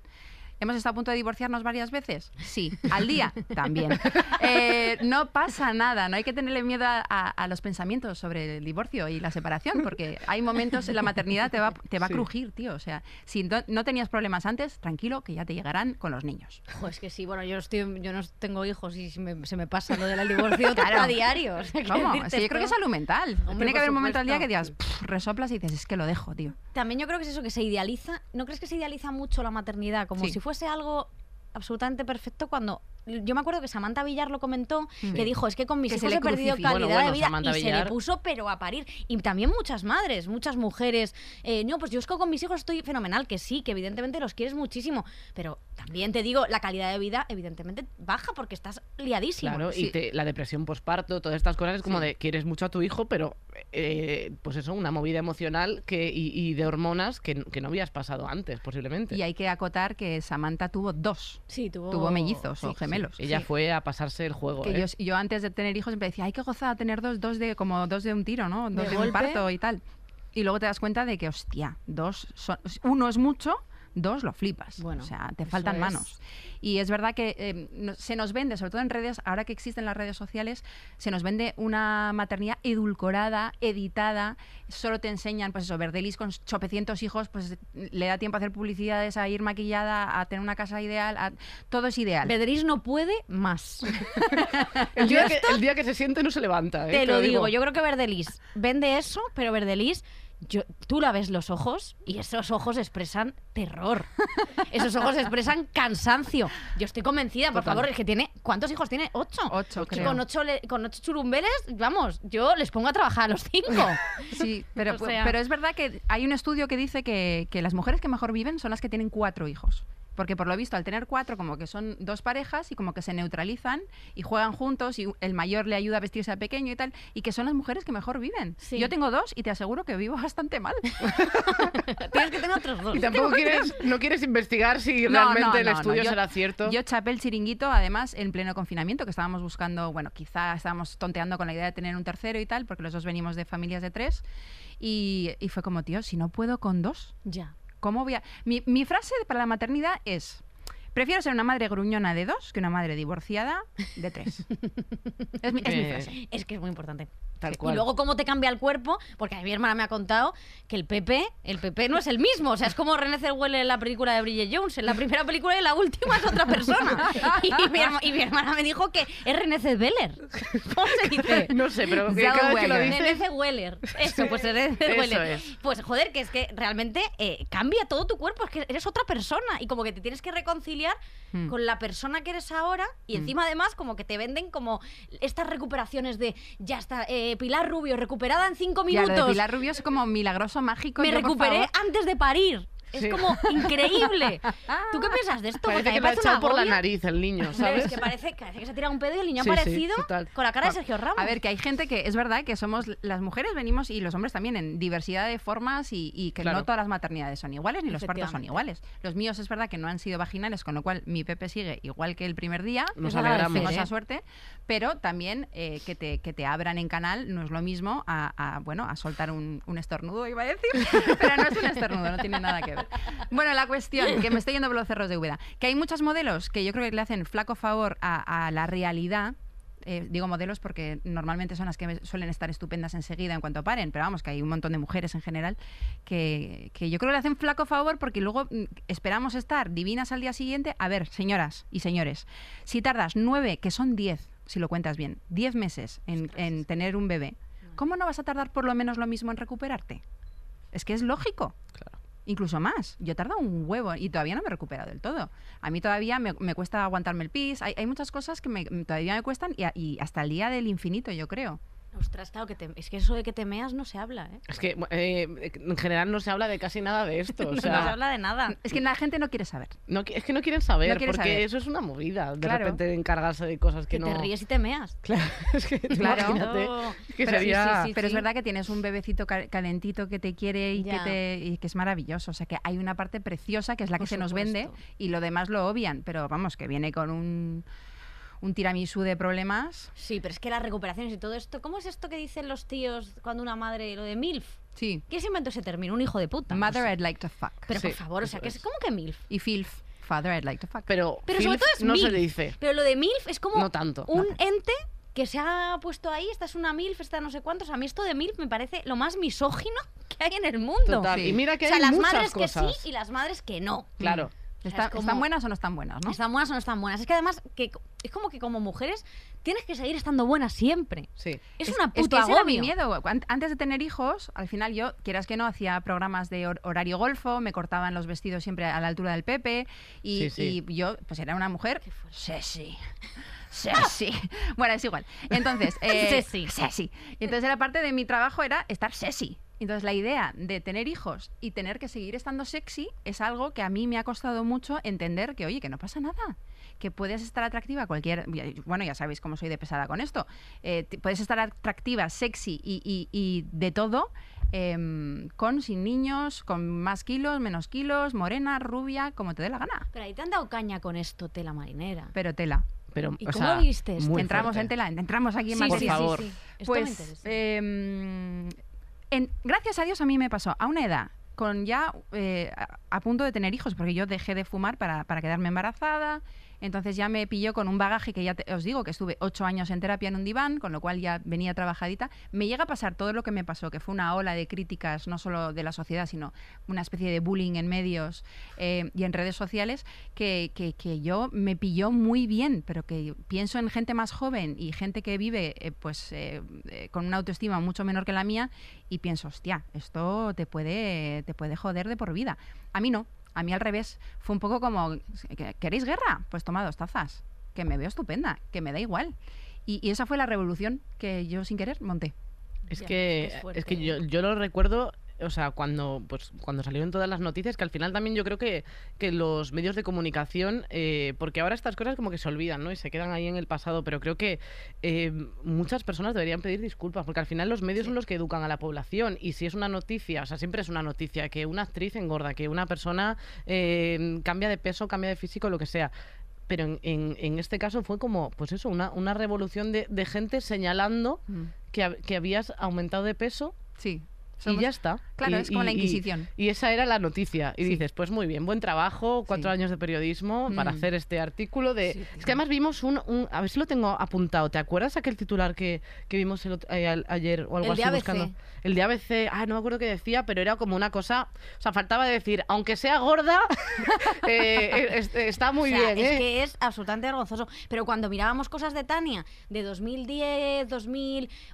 ¿Hemos estado a punto de divorciarnos varias veces? Sí. ¿Al día? También. Eh, no pasa nada, no hay que tenerle miedo a, a- a los pensamientos sobre el divorcio y la separación, porque hay momentos en la maternidad te va, te va
Sí.
a crujir, tío. O sea, si no- no tenías problemas antes, tranquilo, que ya te llegarán con los niños.
Jo, es que sí, bueno, yo, estoy, yo no tengo hijos y se me, se me pasa lo del
<laughs>
divorcio a diario. o sea, quiero
¿Cómo?
decirte,
Sí, yo creo que es
esto-
salud mental.
Hombre,
Tiene que
por
haber un momento al día que
supuesto.
digas, "Pff", resoplas y dices, es que lo dejo, tío.
También yo creo que es eso que se idealiza. ¿No crees que se idealiza mucho la maternidad? Como
Sí.
si fuese algo absolutamente perfecto cuando yo me acuerdo que Samantha Villar lo comentó, que dijo, es que con mis
Que se
hijos
le
he perdido
crucificó.
calidad
Bueno,
de
bueno,
vida
Samantha
y se
Villar.
le puso pero a parir. Y también muchas madres, muchas mujeres, eh, no, pues yo es que con mis hijos estoy fenomenal, que sí, que evidentemente los quieres muchísimo, pero también te digo, la calidad de vida evidentemente baja porque estás liadísimo.
Claro, y
sí.
te- la depresión posparto, todas estas cosas es como
Sí.
de quieres mucho a tu hijo, pero eh, pues eso, una movida emocional que, y, y de hormonas que, que no habías pasado antes, posiblemente.
Y hay que acotar que Samantha tuvo dos.
Sí, tuvo,
Tuvo mellizos
sí,
o
sí.
gemelos.
Ella
sí.
fue a pasarse el juego.
Que
¿eh?
yo, yo antes de tener hijos siempre decía, ay, qué gozada tener dos, dos de, como dos de un tiro, ¿no? Dos
De
de,
golpe.
un parto y tal. Y luego te das cuenta de que, hostia, dos son, uno es mucho, dos lo flipas.
Bueno,
o sea, te
eso
faltan
es.
manos. Y es verdad que eh, no- se nos vende, sobre todo en redes, ahora que existen las redes sociales, se nos vende una maternidad edulcorada, editada, solo te enseñan, pues eso, Verdelis con 800 hijos, pues le da tiempo a hacer publicidades, a ir maquillada, a tener una casa ideal, a- todo es ideal.
Bedrís no puede más.
El, día que, el día que se siente no se levanta. ¿eh?
Te lo digo, yo creo que Verdelis vende eso, pero Verdelis, yo, tú la ves los ojos y esos ojos expresan
<laughs>
terror. Esos ojos expresan cansancio. Yo estoy convencida, por
Total.
favor, es que tiene. ¿Cuántos hijos tiene? Ocho.
Ocho,
Y
creo.
con ocho, le- con ocho churumbeles, vamos, yo les pongo a trabajar a los
<laughs>
cinco. <laughs>
Sí, pero,
O sea-
pero es verdad que hay un estudio que dice que, que las mujeres que mejor viven son las que tienen cuatro hijos. Porque por lo visto, al tener cuatro, como que son dos parejas y como que se neutralizan y juegan juntos y el mayor le ayuda a vestirse al pequeño y tal, y que son las mujeres que mejor viven.
Sí.
Yo tengo dos y te aseguro que vivo <laughs> bastante mal.
Tienes que tener otros dos.
Y
<laughs>
tampoco quieres, no quieres investigar si
No,
realmente
no,
el
no, no,
estudio
yo-
será cierto.
Yo chapé el chiringuito, además, en pleno confinamiento, que estábamos buscando, bueno, quizá estábamos tonteando con la idea de tener un tercero y tal, porque los dos venimos de familias de tres, y, y fue como, tío, si no puedo con dos,
Ya.
¿Cómo voy a...? Mi, mi frase para la maternidad es... Prefiero ser una madre gruñona de dos que una madre divorciada de <laughs> tres. es mi, es mi
Eh,
frase.
Es que es muy importante.
Tal cual.
Y luego cómo te cambia el cuerpo, porque a mi hermana me ha contado que el Pepe, el Pepe no es el mismo, o sea, es como René Zellweger en la película de Bridget Jones, en la primera película y en la última es otra persona. Y mi, herma- y mi hermana me dijo que es René Zellweger. <laughs> ¿Cómo se dice?
<laughs> No sé, pero
<laughs>
que cada vez que lo
Zellweger.
dices... <laughs>
René Zellweger. Eso, pues René Zellweger.
es.
Pues joder, que es que realmente eh, cambia todo tu cuerpo, es que eres otra persona y como que te tienes que reconciliar
Hmm.
Mm.
con la persona que eres ahora y encima además como que te venden como estas recuperaciones de ya está, eh, Pilar Rubio recuperada en cinco
Ya, lo de
minutos,
Pilar Rubio es como milagroso mágico.
me
yo, por
recuperé
favor.
antes de parir.
Sí.
Es como
<laughs>
increíble. ¿Tú qué piensas de esto?
Parece
a mí
que le ha echado por la
agobia.
nariz el
<laughs>
niño,
Hombre,
¿sabes?
Es que parece, que parece que se ha tirado un pedo y el niño
Sí,
ha
sí,
parecido
total.
con la cara de Sergio Ramos.
A ver, que hay gente que es verdad que somos las mujeres venimos y los hombres también en diversidad de formas y, y que
Claro.
no todas las maternidades son iguales ni los partos son
Efectivamente.
iguales. Los míos es verdad que no han sido vaginales, con lo cual mi Pepe sigue igual que el primer día.
Nos
Es agradecer,
alegramos.
tengo
¿eh?
esa suerte, pero también eh, que, te, que te abran en canal no es lo mismo a, a, bueno, a soltar un, un estornudo, iba a decir, <laughs> pero no es un estornudo, no tiene nada que ver. Bueno, la cuestión, que me estoy yendo por los cerros de Úbeda, que hay muchos modelos que yo creo que le hacen flaco favor a, a la realidad. eh, digo modelos porque normalmente son las que suelen estar estupendas enseguida en cuanto paren, pero vamos, que hay un montón de mujeres en general que, que yo creo que le hacen flaco favor porque luego mm, esperamos estar divinas al día siguiente. A ver, señoras y señores, si tardas nueve, que son diez, si lo cuentas bien, diez meses en, en tener un bebé, ¿cómo no vas a tardar por lo menos lo mismo en recuperarte? Es que es lógico.
Claro.
Incluso más. Yo he tardado un huevo y todavía no me he recuperado del todo. A mí todavía me, me cuesta aguantarme el pis. Hay, hay muchas cosas que me- todavía me cuestan y, a- y hasta el día del infinito, yo creo.
Ostras, claro, que te- es que eso de que te meas no se habla, ¿eh?
Es que eh, en general no se habla de casi nada de esto. <laughs>
<laughs>
O
No,
sea,
se habla de nada.
Es que la gente no quiere saber.
no qui- es que no quieren saber,
No quieren
porque
saber.
eso es una movida. De
Claro.
repente encargarse de cosas que,
Que
no.
te ríes y te meas.
Claro, <laughs> es que tú
Claro.
imagínate.
No.
es que
Pero sí,
sería.
sí, sí, pero es verdad que tienes un bebecito ca- calentito que te quiere y que,
Ya.
te- y que es maravilloso. O sea, que hay una parte preciosa que es la
Por
que se nos vende
supuesto.
y lo demás lo obvian. Pero vamos, que viene con un, un tiramisú de problemas.
Sí, pero es que las recuperaciones y todo esto, ¿cómo es esto que dicen los tíos cuando una madre lo de MILF?
Sí.
¿Quién se inventó ese término? Un hijo de puta.
Mother,
No sé.
I'd like to fuck.
Pero por
Sí,
favor, o
eso
sea, que es
es.
como que MILF.
Y filth. Father, I'd like to fuck.
Pero,
Pero sobre
filf
todo es
no
MILF.
se dice.
Pero lo de MILF es como
No tanto, no
un
tanto.
ente que se ha puesto ahí, esta es una MILF, esta no sé cuántos. A mí esto de MILF me parece lo más misógino que hay en el mundo.
Total.
Sí.
Y mira que
o sea,
hay
las
muchas
madres
cosas.
que sí y las madres que no.
Claro.
O
Está-
Es como-
¿Están buenas o no están buenas, no?
¿Están buenas o no están buenas? Es que además que, es como que como mujeres tienes que seguir estando buena siempre.
Sí.
Es, una
que
puta
ese era mi
agobio.
miedo. An- Antes de tener hijos, al final yo, quieras que no, hacía programas de hor- horario golfo, me cortaban los vestidos siempre a la altura del Pepe y,
Sí, sí.
y yo, pues era una mujer
Qué fuerte.
sexy. Sexy. Ah, <laughs> bueno, es igual.
<laughs>
Entonces, eh,
Sexy.
sexy. Y Entonces era parte de mi trabajo era estar sexy. Entonces la idea de tener hijos y tener que seguir estando sexy es algo que a mí me ha costado mucho entender que, oye, que no pasa nada que puedes estar atractiva cualquier bueno ya sabéis cómo soy de pesada con esto Eh, te- puedes estar atractiva sexy y, y- y de todo em, con sin niños con más kilos menos kilos morena rubia como te dé la gana
Pero ahí te han dado caña con esto, tela marinera.
pero tela
Pero,
¿Y
o
cómo
sea,
viste esto?
muy
entramos
fuerte.
en tela entramos aquí en
Por
materia.
favor. eh,
Esto me
pues
interesa.
em, en- gracias a Dios a mí me pasó a una edad con ya eh, a, a punto de tener hijos porque yo dejé de fumar para, para quedarme embarazada entonces ya me pilló con un bagaje que ya te- os digo que estuve ocho años en terapia en un diván con lo cual ya venía trabajadita me llega a pasar todo lo que me pasó que fue una ola de críticas no solo de la sociedad sino una especie de bullying en medios eh, y en redes sociales que, que- que yo me pilló muy bien, pero que pienso en gente más joven y gente que vive eh, pues eh, eh, con una autoestima mucho menor que la mía y pienso, hostia, esto te puede, te puede joder de por vida. A mí no, a mí al revés. Fue un poco como, "¿Que- ¿queréis guerra? Pues toma dos tazas, que me veo estupenda, que me da igual. Y, y esa fue la revolución que yo sin querer monté.
Es que,
Ya, es que es
es
fuerte,
que yo,
¿eh?
yo lo recuerdo, o sea, cuando, pues, cuando salieron todas las noticias, que al final también yo creo que, que los medios de comunicación, eh, porque ahora estas cosas como que se olvidan, ¿no? Y se quedan ahí en el pasado, pero creo que eh, muchas personas deberían pedir disculpas, porque al final los medios son los que educan a la población, y si es una noticia, o sea, siempre es una noticia, que una actriz engorda, que una persona eh, cambia de peso, cambia de físico, lo que sea. Pero en, en- en este caso fue como, pues eso, una, una revolución de, de gente señalando que, hab- que habías aumentado de peso
Sí.
Mm. y ya está.
Claro,
Y-
es como la
y- y-
Inquisición.
Y, esa era la noticia. Y
Sí.
dices, pues muy bien, buen trabajo, cuatro
Sí.
años de periodismo para
Mm.
hacer este artículo de...
Sí,
es que además vimos un, un- A ver si lo tengo apuntado. ¿Te acuerdas aquel titular que, que vimos el ot- eh, al- ayer o algo
El
así
de ABC.
buscando? El de ABC. Ah, no me acuerdo qué decía, pero era como una cosa... O sea, faltaba decir, aunque sea gorda, <laughs> eh, eh, es- está muy
O sea,
bien,
es
¿eh?
que es absolutamente vergonzoso. Pero cuando mirábamos cosas de Tania de 2010,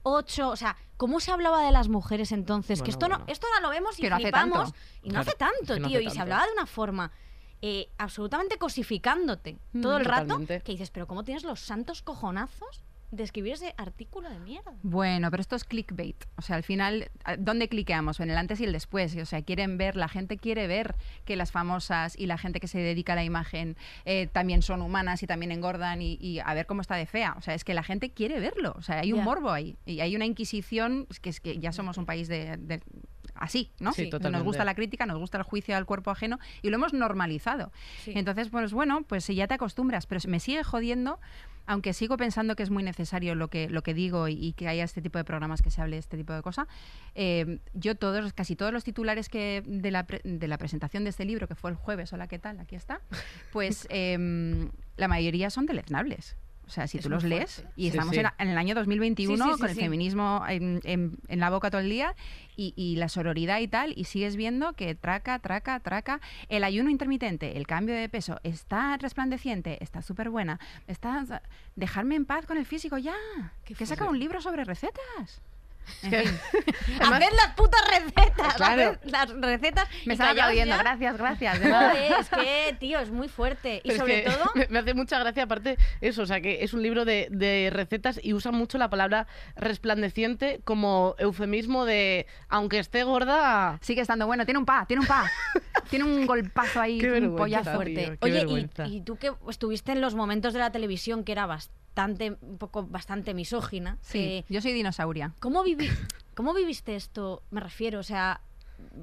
2008, o sea, ¿cómo se hablaba de las mujeres entonces? que
Bueno,
esto no,
bueno.
esto ahora lo vemos y
Que no hace
flipamos.
tanto.
Y no
Claro,
hace tanto,
que no
tío.
hace
Y se
tanto.
hablaba de una forma eh, absolutamente cosificándote todo el
Mm. Totalmente.
rato que dices, pero ¿cómo tienes los santos cojonazos de escribir ese artículo de mierda?
Bueno, pero esto es clickbait. O sea, al final, ¿a- ¿dónde cliqueamos? En el antes y el después. O sea, quieren ver, la gente quiere ver que las famosas y la gente que se dedica a la imagen eh, también son humanas y también engordan y, y a ver cómo está de fea. O sea, es que la gente quiere verlo. O sea, hay un
Ya.
morbo ahí. Y hay una inquisición, es que es que ya somos un país de... de- Así, ¿no?
Sí,
Nos
totalmente.
gusta la crítica, nos gusta el juicio al cuerpo ajeno y lo hemos normalizado.
Sí.
Entonces, pues bueno, pues ya te acostumbras, pero me sigue jodiendo, aunque sigo pensando que es muy necesario lo que, lo que digo y, y que haya este tipo de programas que se hable de este tipo de cosas. yo todos, casi todos los titulares que de la, pre- de la presentación de este libro, que fue el jueves, hola, ¿qué tal? Aquí está,
<laughs>
pues em, la mayoría son deleznables. O sea, si
Es
tú
muy
los lees,
fuerte.
y
Sí,
estamos
sí.
En, la- en el año 2021
Sí, sí, sí,
con el
sí.
feminismo en, en- en la boca todo el día y, y la sororidad y tal, y sigues viendo que traca, traca, traca, el ayuno intermitente, el cambio de peso, está resplandeciente, está súper buena, está... Dejarme en paz con el físico ya,
Qué
que saca
fuerte.
un libro sobre recetas. En
que-
fin,
Además-
¡Haced las putas recetas!
Claro.
haced las recetas! y
me estaba
callaos
aplaudiendo,
ya.
gracias, gracias. <laughs> de nada.
Joder, es que, tío, es muy fuerte. Y
Pero es
sobre
que
todo...
<laughs> Me, me hace mucha gracia, aparte, eso, o sea, que es un libro de, de recetas y usa mucho la palabra resplandeciente como eufemismo de aunque esté gorda.
Sigue estando bueno, tiene un pa, tiene un pa, tiene un golpazo ahí,
Qué
un
vergüenza.
pollazo.
tío, qué
fuerte. Oye,
vergüenza.
y, y tú que estuviste en los momentos de la televisión que era bastante, un poco, bastante misógina.
Sí,
eh,
yo soy dinosauria.
¿cómo, vivi ¿Cómo viviste esto? Me refiero, o sea,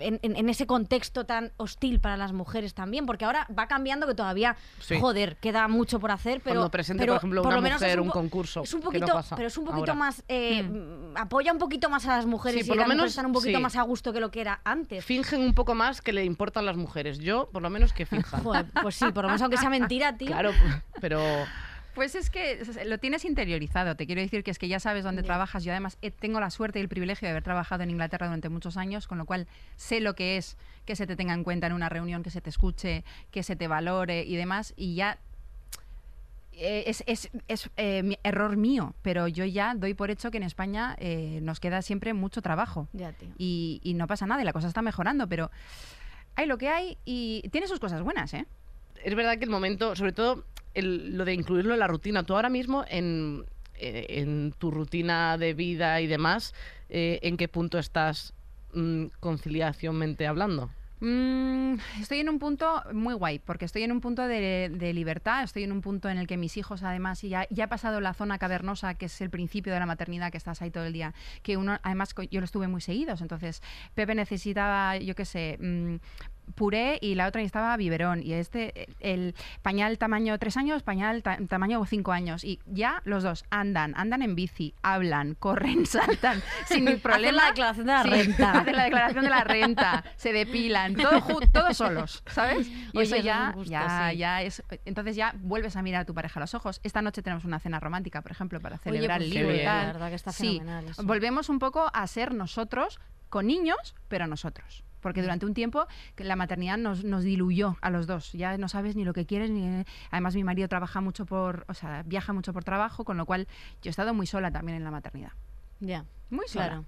en, en- en ese contexto tan hostil para las mujeres también, porque ahora va cambiando que todavía,
Sí.
joder, queda mucho por hacer, pero.
Cuando presente,
pero
por ejemplo, una
lo menos
mujer
es
un
po-
concurso,
Es un
que no
poquito,
pasa
pero es un poquito
ahora. Mm.
más. eh, Apoya un poquito más a las mujeres
Sí,
y
por lo
las mujeres
menos,
están un poquito
sí.
más a gusto que lo que era antes.
Fingen un poco más que le importan las
<laughs>
mujeres. Yo, por lo menos, que finjan. <laughs>
Joder, pues sí, por lo menos aunque sea mentira, tío.
claro, pero.
Pues es que lo tienes interiorizado. Te quiero decir que es que ya sabes dónde trabajas. Yo además he- tengo la suerte y el privilegio de haber trabajado en Inglaterra durante muchos años, con lo cual sé lo que es que se te tenga en cuenta en una reunión, que se te escuche, que se te valore y demás. Y ya eh, es, es- es, eh, mi- error mío, pero yo ya doy por hecho que en España eh, nos queda siempre mucho trabajo
Ya, tío.
y, y no pasa nada y la cosa está mejorando, pero hay lo que hay y tiene sus cosas buenas, ¿eh?
es verdad que el momento, sobre todo el- lo de incluirlo en la rutina, tú ahora mismo en, eh, en tu rutina de vida y demás, eh, ¿en qué punto estás mm, conciliacionmente hablando?
Mm, estoy en un punto muy guay, porque estoy en un punto de, de libertad, estoy en un punto en el que mis hijos además ya, ya he pasado la zona cavernosa, que es el principio de la maternidad, que estás ahí todo el día, que uno, además co- yo lo estuve muy seguidos, entonces Pepe necesitaba, yo qué sé... mm, puré y la otra necesitaba biberón y este eh, el pañal tamaño 3 años pañal ta- tamaño 5 años y ya los dos andan andan en bici hablan corren <laughs> saltan sin ningún
<laughs> Hacer
problema
la declaración de la
Sí,
renta.
<laughs> hacen la declaración de la renta, se depilan, todo ju- todos solos, ¿sabes? Y
Oye, eso
eso
es
ya,
un gusto,
ya,
sí.
ya es. Entonces ya vuelves a mirar a tu pareja a los ojos. Esta noche tenemos una cena romántica, por ejemplo, para celebrar
pues
el
qué
libro y
bien.
tal.
La verdad que está
sí,
fenomenal eso.
volvemos un poco a ser nosotros con niños, pero nosotros. Porque durante un tiempo que la maternidad nos, nos diluyó a los dos. Ya no sabes ni lo que quieres. Ni... Además, mi marido trabaja mucho por, o sea, viaja mucho por trabajo, con lo cual yo he estado muy sola también en la maternidad.
Ya.
Muy sola.
Claro.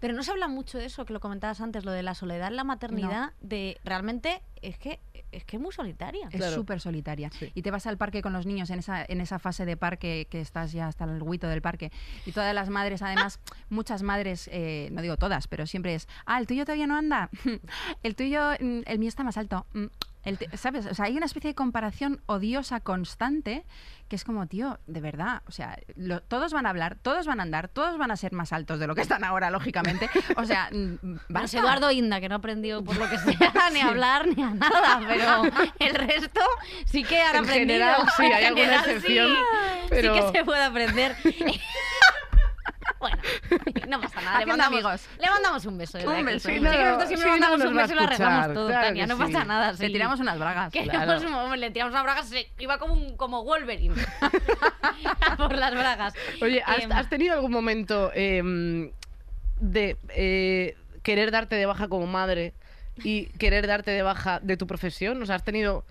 Pero no se habla mucho de eso, que lo comentabas antes, lo de la soledad en la maternidad, de realmente es que es que es muy solitaria.
Es
Claro.
súper solitaria.
Sí.
Y te vas al parque con los niños en esa, en esa fase de parque que estás ya hasta el huito del parque. Y todas las
<laughs>
madres, además, muchas madres, eh, no digo todas, pero siempre es, ah, el tuyo todavía no anda. <laughs> El tuyo, mm, el mío está más alto. Mm, el te- ¿Sabes? O sea, hay una especie de comparación odiosa constante que es como, tío, de verdad, o sea, lo- todos van a hablar, todos van a andar, todos van a ser más altos de lo que están ahora, lógicamente. O sea, mm,
Menos
vas
Eduardo Inda, que no aprendió por lo
<laughs>
que sea ni a hablar ni a nada, pero el resto sí que han
En
aprendido.
general, sí,
En
hay alguna
general, sí.
excepción,
Sí
pero-
que se puede aprender. <laughs> bueno, no pasa nada. Le
Haciendo
mandamos,
amigos.
le mandamos un beso. desde
Un
aquí.
beso.
Sí, que
Sí,
no,
nosotros siempre
sí,
mandamos
no nos
un
va a
beso y lo arreglamos
escuchar,
todo,
claro
Tania.
que
No pasa
sí.
nada. sí.
Te tiramos unas bragas.
Que
Claro.
le pusimos- hombre, le tiramos una braga, se iba como, un,
<laughs>
como Wolverine <laughs> por las bragas.
Oye, ¿has,
Em,
has tenido algún momento em, de eh, querer darte de baja como madre y querer darte de baja de tu profesión? O sea, ¿has tenido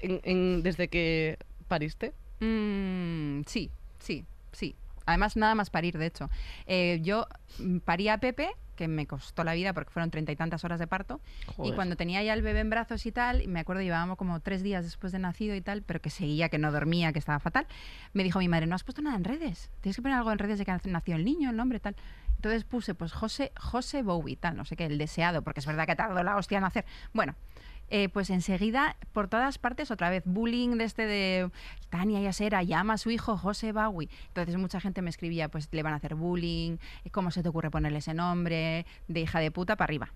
en- en- desde que pariste?
Mm, sí, sí, sí. Además, nada más parir, de hecho. Eh, yo mm, parí a Pepe, que me costó la vida porque fueron treinta y tantas horas de parto. Y cuando tenía ya el bebé en brazos y tal, y me acuerdo llevábamos como tres días después de nacido y tal, pero que seguía, que no dormía, que estaba fatal. Me dijo mi madre, no has puesto nada en redes. Tienes que poner algo en redes de que nació el niño, el nombre, tal. Entonces puse, pues, José, José Bowie, tal, no sé qué, el deseado, porque es verdad que tardó la hostia en nacer. Bueno, eh, pues enseguida, por todas partes, otra vez, bullying de este de Tania Yasera, llama a su hijo José Bowie. Entonces mucha gente me escribía, pues le van a hacer bullying, eh, ¿cómo se te ocurre ponerle ese nombre? De hija de puta para arriba.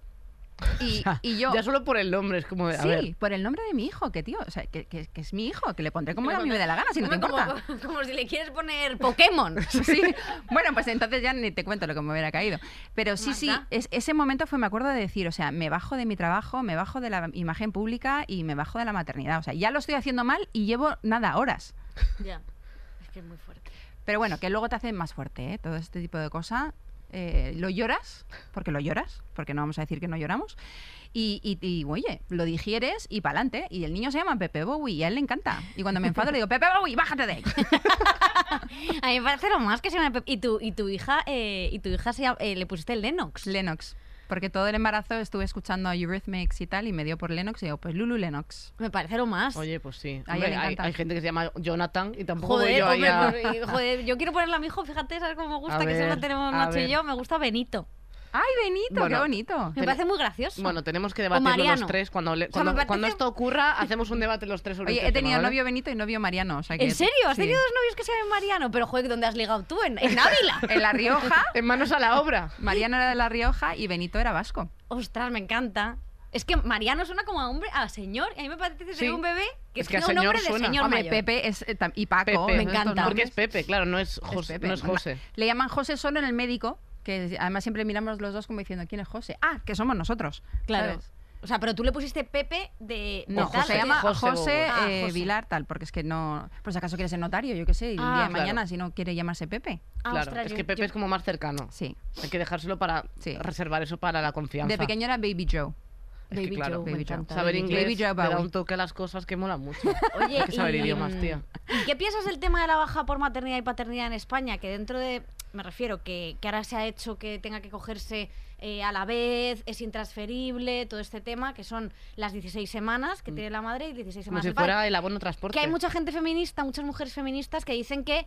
Y, y yo...
Ya solo por el nombre es como de. A
Sí,
ver,
por el nombre de mi hijo, que tío, o sea, que, que- que es mi hijo, que le pondré como a mí me dé la gana, si no te
hombre,
importa.
Como, como si le quieres <laughs> poner Pokémon.
<laughs> Sí. Bueno, pues entonces ya ni te cuento lo que me hubiera caído. Pero sí, sí,
Magda.
es- ese momento fue, me acuerdo de decir, o sea, me bajo de mi trabajo, me bajo de la imagen pública y me bajo de la maternidad. O sea, ya lo estoy haciendo mal y llevo nada, horas.
ya. Es que es muy fuerte.
Pero bueno, que luego te hacen más fuerte, ¿eh? Todo este tipo de cosa. eh, lo lloras, porque lo lloras, porque no vamos a decir que no lloramos. Y, y- y, oye, lo digieres y pa'lante. Y el niño se llama Pepe Bowie y a él le encanta. Y cuando me enfado le digo, Pepe Bowie, bájate de ahí.
A mí me parece lo más que se me. Y tu, y tu hija, eh, y tu hija se, llama- eh, le pusiste Lennox.
Lennox. Porque todo el embarazo estuve escuchando a Eurythmics y tal, y me dio por Lennox y digo, pues Lulu Lennox.
me parece lo más.
oye, pues sí.
A ella
Hombre,
le
hay,
encanta.
hay gente que se llama Jonathan y tampoco voy
joder,
yo ahí
hombre,
a-
por- joder, yo quiero ponerle a mi hijo, fíjate, ¿sabes cómo me gusta?
A
que solo
ver,
tenemos
a
Nacho y
ver.
yo, me gusta Benito.
¡Ay, Benito!
Bueno.
¡Qué bonito!
Me
Ten-
parece muy gracioso.
Bueno, tenemos que debatirlo
Mariano.
los tres. Cuando, le-
sea,
cuando,
me parece-
cuando esto ocurra, hacemos un debate los tres sobre
Oye,
este
he tenido
tema, ¿vale?
novio Benito y novio Mariano. o sea que-
¿En serio? ¿Has
sí.
tenido dos novios que se llaman Mariano? Pero joder, ¿dónde has ligado tú? En, en
<laughs>
Ávila.
En La Rioja,
En manos a la obra.
Mariano era de La Rioja y Benito era vasco.
Ostras, me encanta. Es que Mariano suena como a hombre, a señor. y A mí me parece que sería
Sí.
un bebé que
Es que a
tenga un nombre
señor
de
suena.
señor
Hombre,
mayor.
Pepe es, eh, tam- y Paco.
Pepe.
Me
estos
encanta.
Porque
nombres.
es Pepe, claro, no es José.
Pepe,
no es
¿no?
José.
Le llaman José solo en el médico, que además siempre miramos los dos como diciendo, ¿quién es José? Ah, que somos nosotros.
Claro.
¿sabes?
O sea, pero tú le pusiste Pepe de.
No,
de tal,
se
de-
llama
José
José,
Bobo.
Ah,
eh,
José.
Vilar, tal, porque es que no. Pues acaso quiere ser notario, yo qué sé, y un
Ah,
día de
claro.
mañana si no quiere llamarse Pepe.
Ah,
claro,
ostras,
es
yo-
que <laughs> Pepe
yo-
es como más cercano.
Sí.
Hay que dejárselo para
Sí.
reservar eso para la confianza.
De pequeño era Baby Joe.
Es que,
Baby
claro,
Joe, me
Baby Joe.
encanta,
Saber
Baby Joe.
inglés
Baby Joe
le da
Bowie.
un toque a las cosas que mola mucho.
Oye,
Hay que saber
y,
idiomas, tía.
¿Y qué piensas del tema de la baja por maternidad y paternidad en España? Que dentro de. Me refiero, que, que ahora se ha hecho que tenga que cogerse eh, a la vez, es intransferible, todo este tema, que son las 16 semanas que tiene la madre y 16
Mm. Como
semanas
si
el padre.
fuera el abono transporte.
Que hay mucha gente feminista, muchas mujeres feministas que dicen que,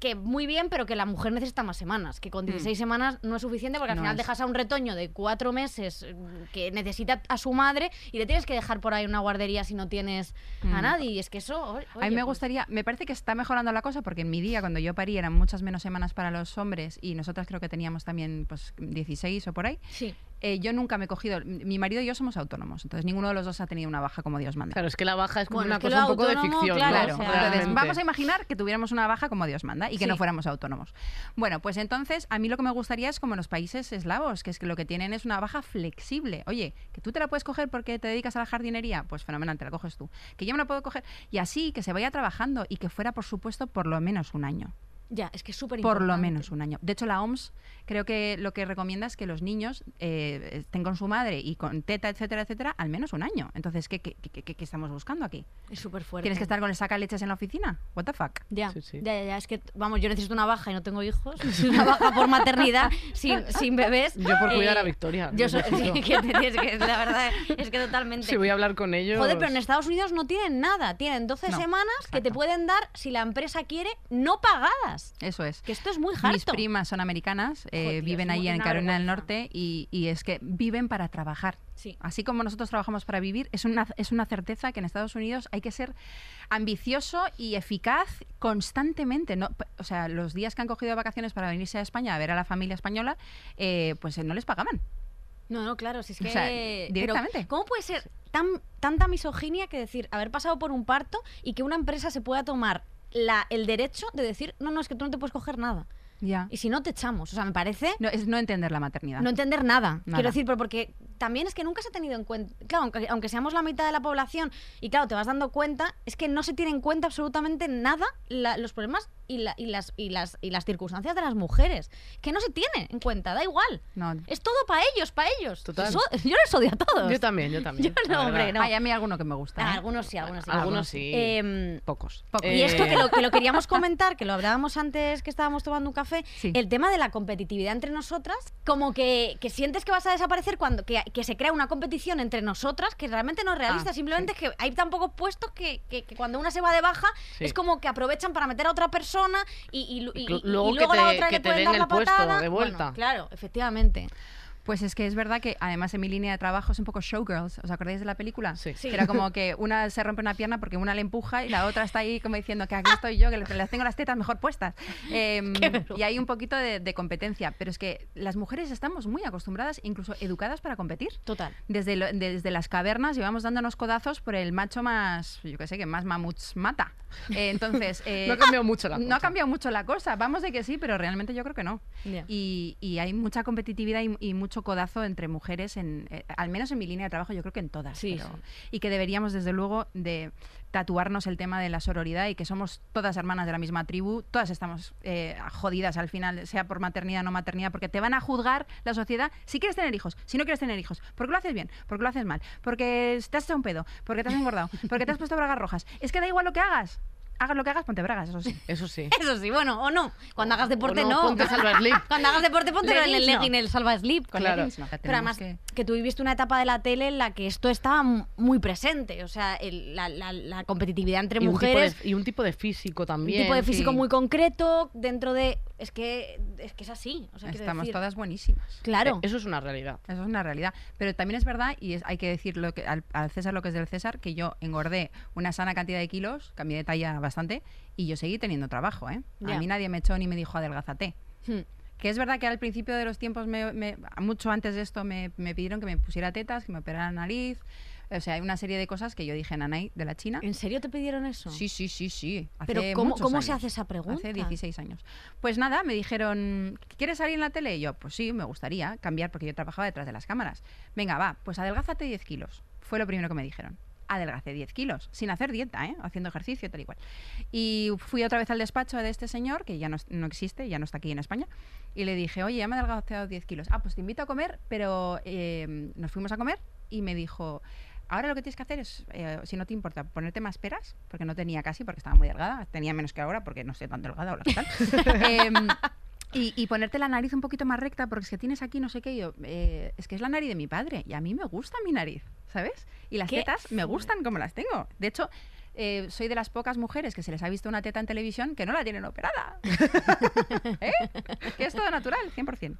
que muy bien, pero que la mujer necesita más semanas, que con 16 semanas no es suficiente porque al
Mm. No
final
es.
dejas a un retoño de cuatro meses mm, que necesita a su madre y le tienes que dejar por ahí una guardería si no tienes a
Mm.
nadie. Y es que eso... o-
a
oye,
mí me
pues,
gustaría, me parece que está mejorando la cosa porque en mi día cuando yo parí eran muchas menos semanas para los hombres y nosotras creo que teníamos también pues 16 o por ahí.
Sí.
Eh, yo nunca me he cogido, mi marido y yo somos autónomos, entonces ninguno de los dos ha tenido una baja como Dios manda.
Claro, es que la baja es como
Bueno,
una
es que
cosa
lo
un poco de
autónomo,
ficción.
claro,
Claro,
¿no?
o sea,
Realmente.
entonces vamos a imaginar que tuviéramos una baja como Dios manda y que
Sí.
no fuéramos autónomos. Bueno, pues entonces a mí lo que me gustaría es como en los países eslavos, que es que lo que tienen es una baja flexible. Oye, que tú te la puedes coger porque te dedicas a la jardinería, pues fenomenal, te la coges tú. Que yo me la puedo coger y así que se vaya trabajando y que fuera, por supuesto, por lo menos un año.
Ya, es que es súper
Por lo
importante.
menos un año. De hecho, la OMS creo que lo que recomienda es que los niños eh, estén con su madre y con teta, etcétera, etcétera, al menos un año. Entonces, ¿qué, qué, qué- qué- qué estamos buscando aquí?
Es súper fuerte.
¿Tienes que estar con el sacaleches en la oficina? What the fuck?
Ya,
Sí, sí.
ya, ya, ya, es que, vamos, yo necesito una baja y no tengo
<laughs>
hijos, una baja por maternidad sin, sin bebés.
Yo por cuidar
Eh,
a Victoria.
Yo
lo
soy, <laughs>
necesito.
sí, que te- es que la verdad es que
<laughs>
totalmente.
Si voy a hablar con ellos.
Joder, pero en Estados Unidos no tienen nada. Tienen 12
No,
semanas que te
exacto.
pueden dar, si la empresa quiere, no pagadas.
Eso es.
Que esto es muy harto.
Mis primas son americanas, eh,
Joder,
viven
es
ahí
una
en Carolina del
vergüenza.
Norte y, y es que viven para trabajar.
Sí.
Así como nosotros trabajamos para vivir, es una, es una certeza que en Estados Unidos hay que ser ambicioso y eficaz constantemente. No, p- o sea, los días que han cogido de vacaciones para venirse a España a ver a la familia española, eh, pues eh, no les pagaban.
No, no, claro, si es
O
que...
sea,
pero
directamente.
¿Cómo puede ser tan, tanta misoginia que decir haber pasado por un parto y que una empresa se pueda tomar la, el derecho de decir, no, no, es que tú no te puedes coger nada.
Ya.
Y si no, te echamos. O sea, me parece...
No, es no entender la maternidad.
no entender nada.
Nada.
Quiero decir, pero porque también es que nunca se ha tenido en cuenta, claro, aunque, aunque seamos la mitad de la población y claro, te vas dando cuenta, es que no se tiene en cuenta absolutamente nada la- los problemas y, la- y las, y, las, y las circunstancias de las mujeres, que no se tiene en cuenta, da igual.
No.
Es todo para ellos, para ellos.
Total.
So- yo les odio a todos.
Yo también, yo también.
<laughs> Yo no,
la
hombre,
verdad.
no.
Ay, a mí alguno que me gusta.
Ah,
¿eh?
algunos sí, algunos sí.
Algunos sí.
Em,
Pocos.
Pocos.
y esto que
Eh,
lo, que
<laughs>
lo queríamos comentar, que lo hablábamos antes que estábamos tomando un café,
Sí.
el tema de la competitividad entre nosotras, como que, que sientes que vas a desaparecer cuando que, que se crea una competición entre nosotras que realmente no es realista,
Ah,
simplemente es que hay tan pocos puestos que, que- que cuando una se va de baja
Sí.
es como que aprovechan para meter a otra persona y, y lu-
Y
y-
cl-
y- y
luego
luego,
que
la
te-
otra
que
le
te
pueden
den
dar
el
la
puesto
patada.
de
Bueno,
vuelta.
claro, efectivamente.
Pues es que es verdad que además en mi línea de trabajo es un poco showgirls. ¿Os acordáis de la película?
Sí.
Sí.
Que era como que una se rompe una pierna porque una le empuja y la otra está ahí como diciendo que aquí estoy yo, que le- las tengo las tetas
<laughs>
mejor puestas. Em, y hay un poquito de, de competencia. Pero es que las mujeres estamos muy acostumbradas, incluso educadas para competir.
Total.
Desde, lo- desde las cavernas llevamos dándonos codazos por el macho más, yo qué sé, que más mamuts mata.
<laughs>
Eh, entonces... eh,
No ha
ah,
cambiado mucho la
<laughs> No ha
cosa.
cambiado mucho la cosa. Vamos de que sí, pero realmente yo creo que no.
Ya.
Y, y hay mucha competitividad y, y mucho codazo entre mujeres, en, eh, al menos en mi línea de trabajo, yo creo que en todas.
Sí, sí.
Y que deberíamos, desde luego, de tatuarnos el tema de la sororidad y que somos todas hermanas de la misma tribu, todas estamos eh, jodidas al final, sea por maternidad o no maternidad, porque te van a juzgar la sociedad si quieres tener hijos, si no quieres tener hijos, porque lo haces bien, porque lo haces mal, porque te has hecho un pedo, porque te has engordado, porque te has puesto bragas rojas. Es que da igual lo que hagas. Hagas lo que hagas, ponte bragas, eso sí.
<laughs>
Eso sí.
Eso sí, bueno, o no. Cuando hagas deporte,
no,
no.
ponte salva slip.
Cuando hagas deporte, ponte en el
Leggings, no.
legging, el salva slip.
Con Claro. leggings,
no.
Pero
Tenemos
además,
que-
que... tú viviste una etapa de la tele en la que esto estaba m- muy presente. O sea, el- la, la- la competitividad <laughs> entre
Y un, tipo de,
mujeres.
y un tipo de físico
Un
también.
tipo de físico
sí.
muy concreto dentro de... Es que es, que es así. O sea, quiero
Estamos
decir-
todas buenísimas.
Claro.
Eh, Eso es una realidad.
Eso es una realidad. Pero también es verdad, y es- hay que decir lo que, al, al César lo que es del César, que yo engordé una sana cantidad de kilos, cambié de talla bastante, y yo seguí teniendo trabajo. ¿eh?
Ya.
A mí nadie me echó ni me dijo adelgázate.
Hmm.
Que es verdad que al principio de los tiempos, me- me- mucho antes de esto, me, me pidieron que me pusiera tetas, que me operara la nariz, O sea, hay una serie de cosas que yo dije en Anay de la China.
¿En serio te pidieron eso?
¿Ah? Sí, sí, sí, sí. Hace
Pero ¿cómo,
muchos
¿cómo se
años.
hace esa pregunta?
Hace 16 años. Pues nada, me dijeron, ¿quieres salir en la tele? Y yo, pues sí, me gustaría cambiar porque yo trabajaba detrás de las cámaras. Venga, va, pues adelgázate 10 kilos. Fue lo primero que me dijeron. Adelgacé 10 kilos, sin hacer dieta, ¿eh? haciendo ejercicio, tal y cual. Y fui otra vez al despacho de este señor, que ya no, es- no existe, ya no está aquí en España, y le dije, oye, ya me he adelgazado 10 kilos. Ah, pues te invito a comer, pero eh, nos fuimos a comer y me dijo, Ahora lo que tienes que hacer es, eh, si no te importa, ponerte más peras, porque no tenía casi, porque estaba muy delgada, tenía menos que ahora, porque no estoy tan delgada ahora que tal.
<laughs>
Em, y, y ponerte la nariz un poquito más recta, porque es que tienes aquí no sé qué, y yo, eh, es que es la nariz de mi padre, y a mí me gusta mi nariz, ¿sabes? Y las
Qué
tetas me
fuerte.
gustan como las tengo. De hecho... eh, soy de las pocas mujeres que se les ha visto una teta en televisión que no la
<laughs>
tienen operada. ¿Eh? Que es todo natural, 100%.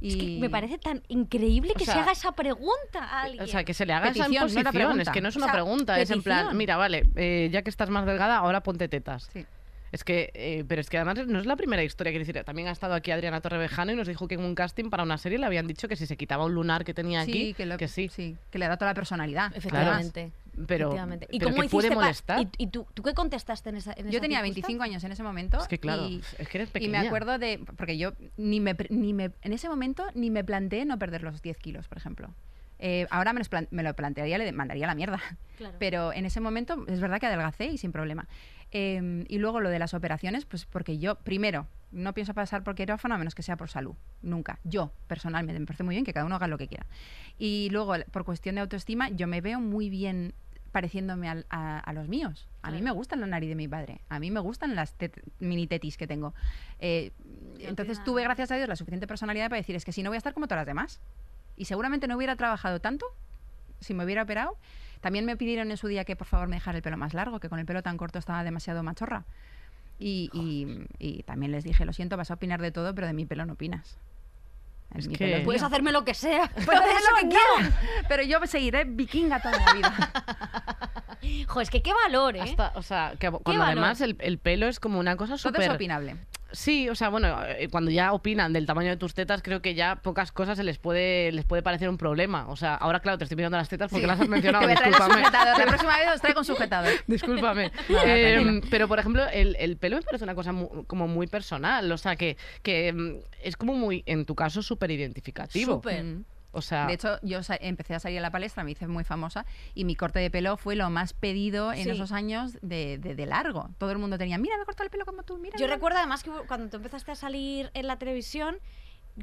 Y
Es que me parece tan increíble
O
que se
sea,
haga esa pregunta a alguien.
O sea, que se le haga esa
Petición, no
imposición.
era
es
pregunta.
que no es
O
una
sea,
pregunta. Es en plan,
petición.
mira, vale, eh, ya que estás más delgada, ahora ponte tetas.
Sí.
Es que, eh, pero es que además no es la primera historia. Quiero decir, también ha estado aquí Adriana Torrevejano y nos dijo que en un casting para una serie le habían dicho que si se quitaba un lunar que tenía aquí,
Sí, que, lo-
sí.
sí, que le da toda la personalidad. Además,
Efectivamente.
Pero,
efectivamente.
pero que puede
pa-
molestar.
¿Y, y tú, tú qué contestaste en esa en
Yo
esa
tenía
circunstancia?
25 años en ese momento.
Es que claro,
Y,
es que eres
y
pequeña.
me acuerdo de. Porque yo ni me, pre- ni me. En ese momento ni me planteé no perder los 10 kilos, por ejemplo. Eh, ahora me, los plan- me lo plantearía, le mandaría a la mierda.
Claro.
Pero en ese momento es verdad que adelgacé y sin problema. Eh, y luego lo de las operaciones, pues porque yo, primero, no pienso pasar por quirófano a menos que sea por salud. Nunca. Yo, personalmente, me parece muy bien que cada uno haga lo que quiera. Y luego, el- por cuestión de autoestima, yo me veo muy bien pareciéndome al- a, a los míos. A mí
Claro.
me gustan la nariz de mi padre. A mí me gustan las tet- mini tetis que tengo. Eh,
al
entonces
final-
tuve, gracias a Dios, la suficiente personalidad para decir, es que si no voy a estar como todas las demás. Y seguramente no hubiera trabajado tanto si me hubiera operado. También me pidieron en su día que por favor me dejara el pelo más largo, que con el pelo tan corto estaba demasiado machorra. Y, y- y también les dije, lo siento, vas a opinar de todo, pero de mi pelo no opinas. El-
Es
mi
que-
pelo es
Puedes
mío.
hacerme lo
<laughs>
que sea.
Puedes hacer
eso
lo
que
que
quieras.
quieras, Pero yo seguiré vikinga toda la vida.
Jo, es que qué valor, ¿eh?
Hasta, o sea, que cuando
valor.
además el, el pelo es como una cosa
Todo es
súper...
opinable.
Sí, o sea, bueno, eh, cuando ya opinan del tamaño de tus tetas, creo que ya pocas cosas se les puede, les puede parecer un problema. O sea, ahora, claro, te estoy mirando las tetas porque las has
<laughs>
mencionado,
<laughs> Te voy a traer un
discúlpame.
sujetador. La próxima vez os traigo un sujetador.
<laughs> Discúlpame.
<laughs>
Nada,
Eh,
tranquila.
pero, por ejemplo, el, el pelo me parece una cosa mu- como muy personal. O sea, que, que mm, es como muy, en tu caso, súper identificativo.
Súper.
Mm.
O sea,
De hecho, yo sa- empecé a salir a la palestra, me hice muy famosa y mi corte de pelo fue lo más pedido en
Sí.
esos años de, de- de largo. Todo el mundo tenía, mira, me he cortado el pelo como tú, mira.
Yo
mira".
recuerdo además que hubo- cuando tú empezaste a salir en la televisión,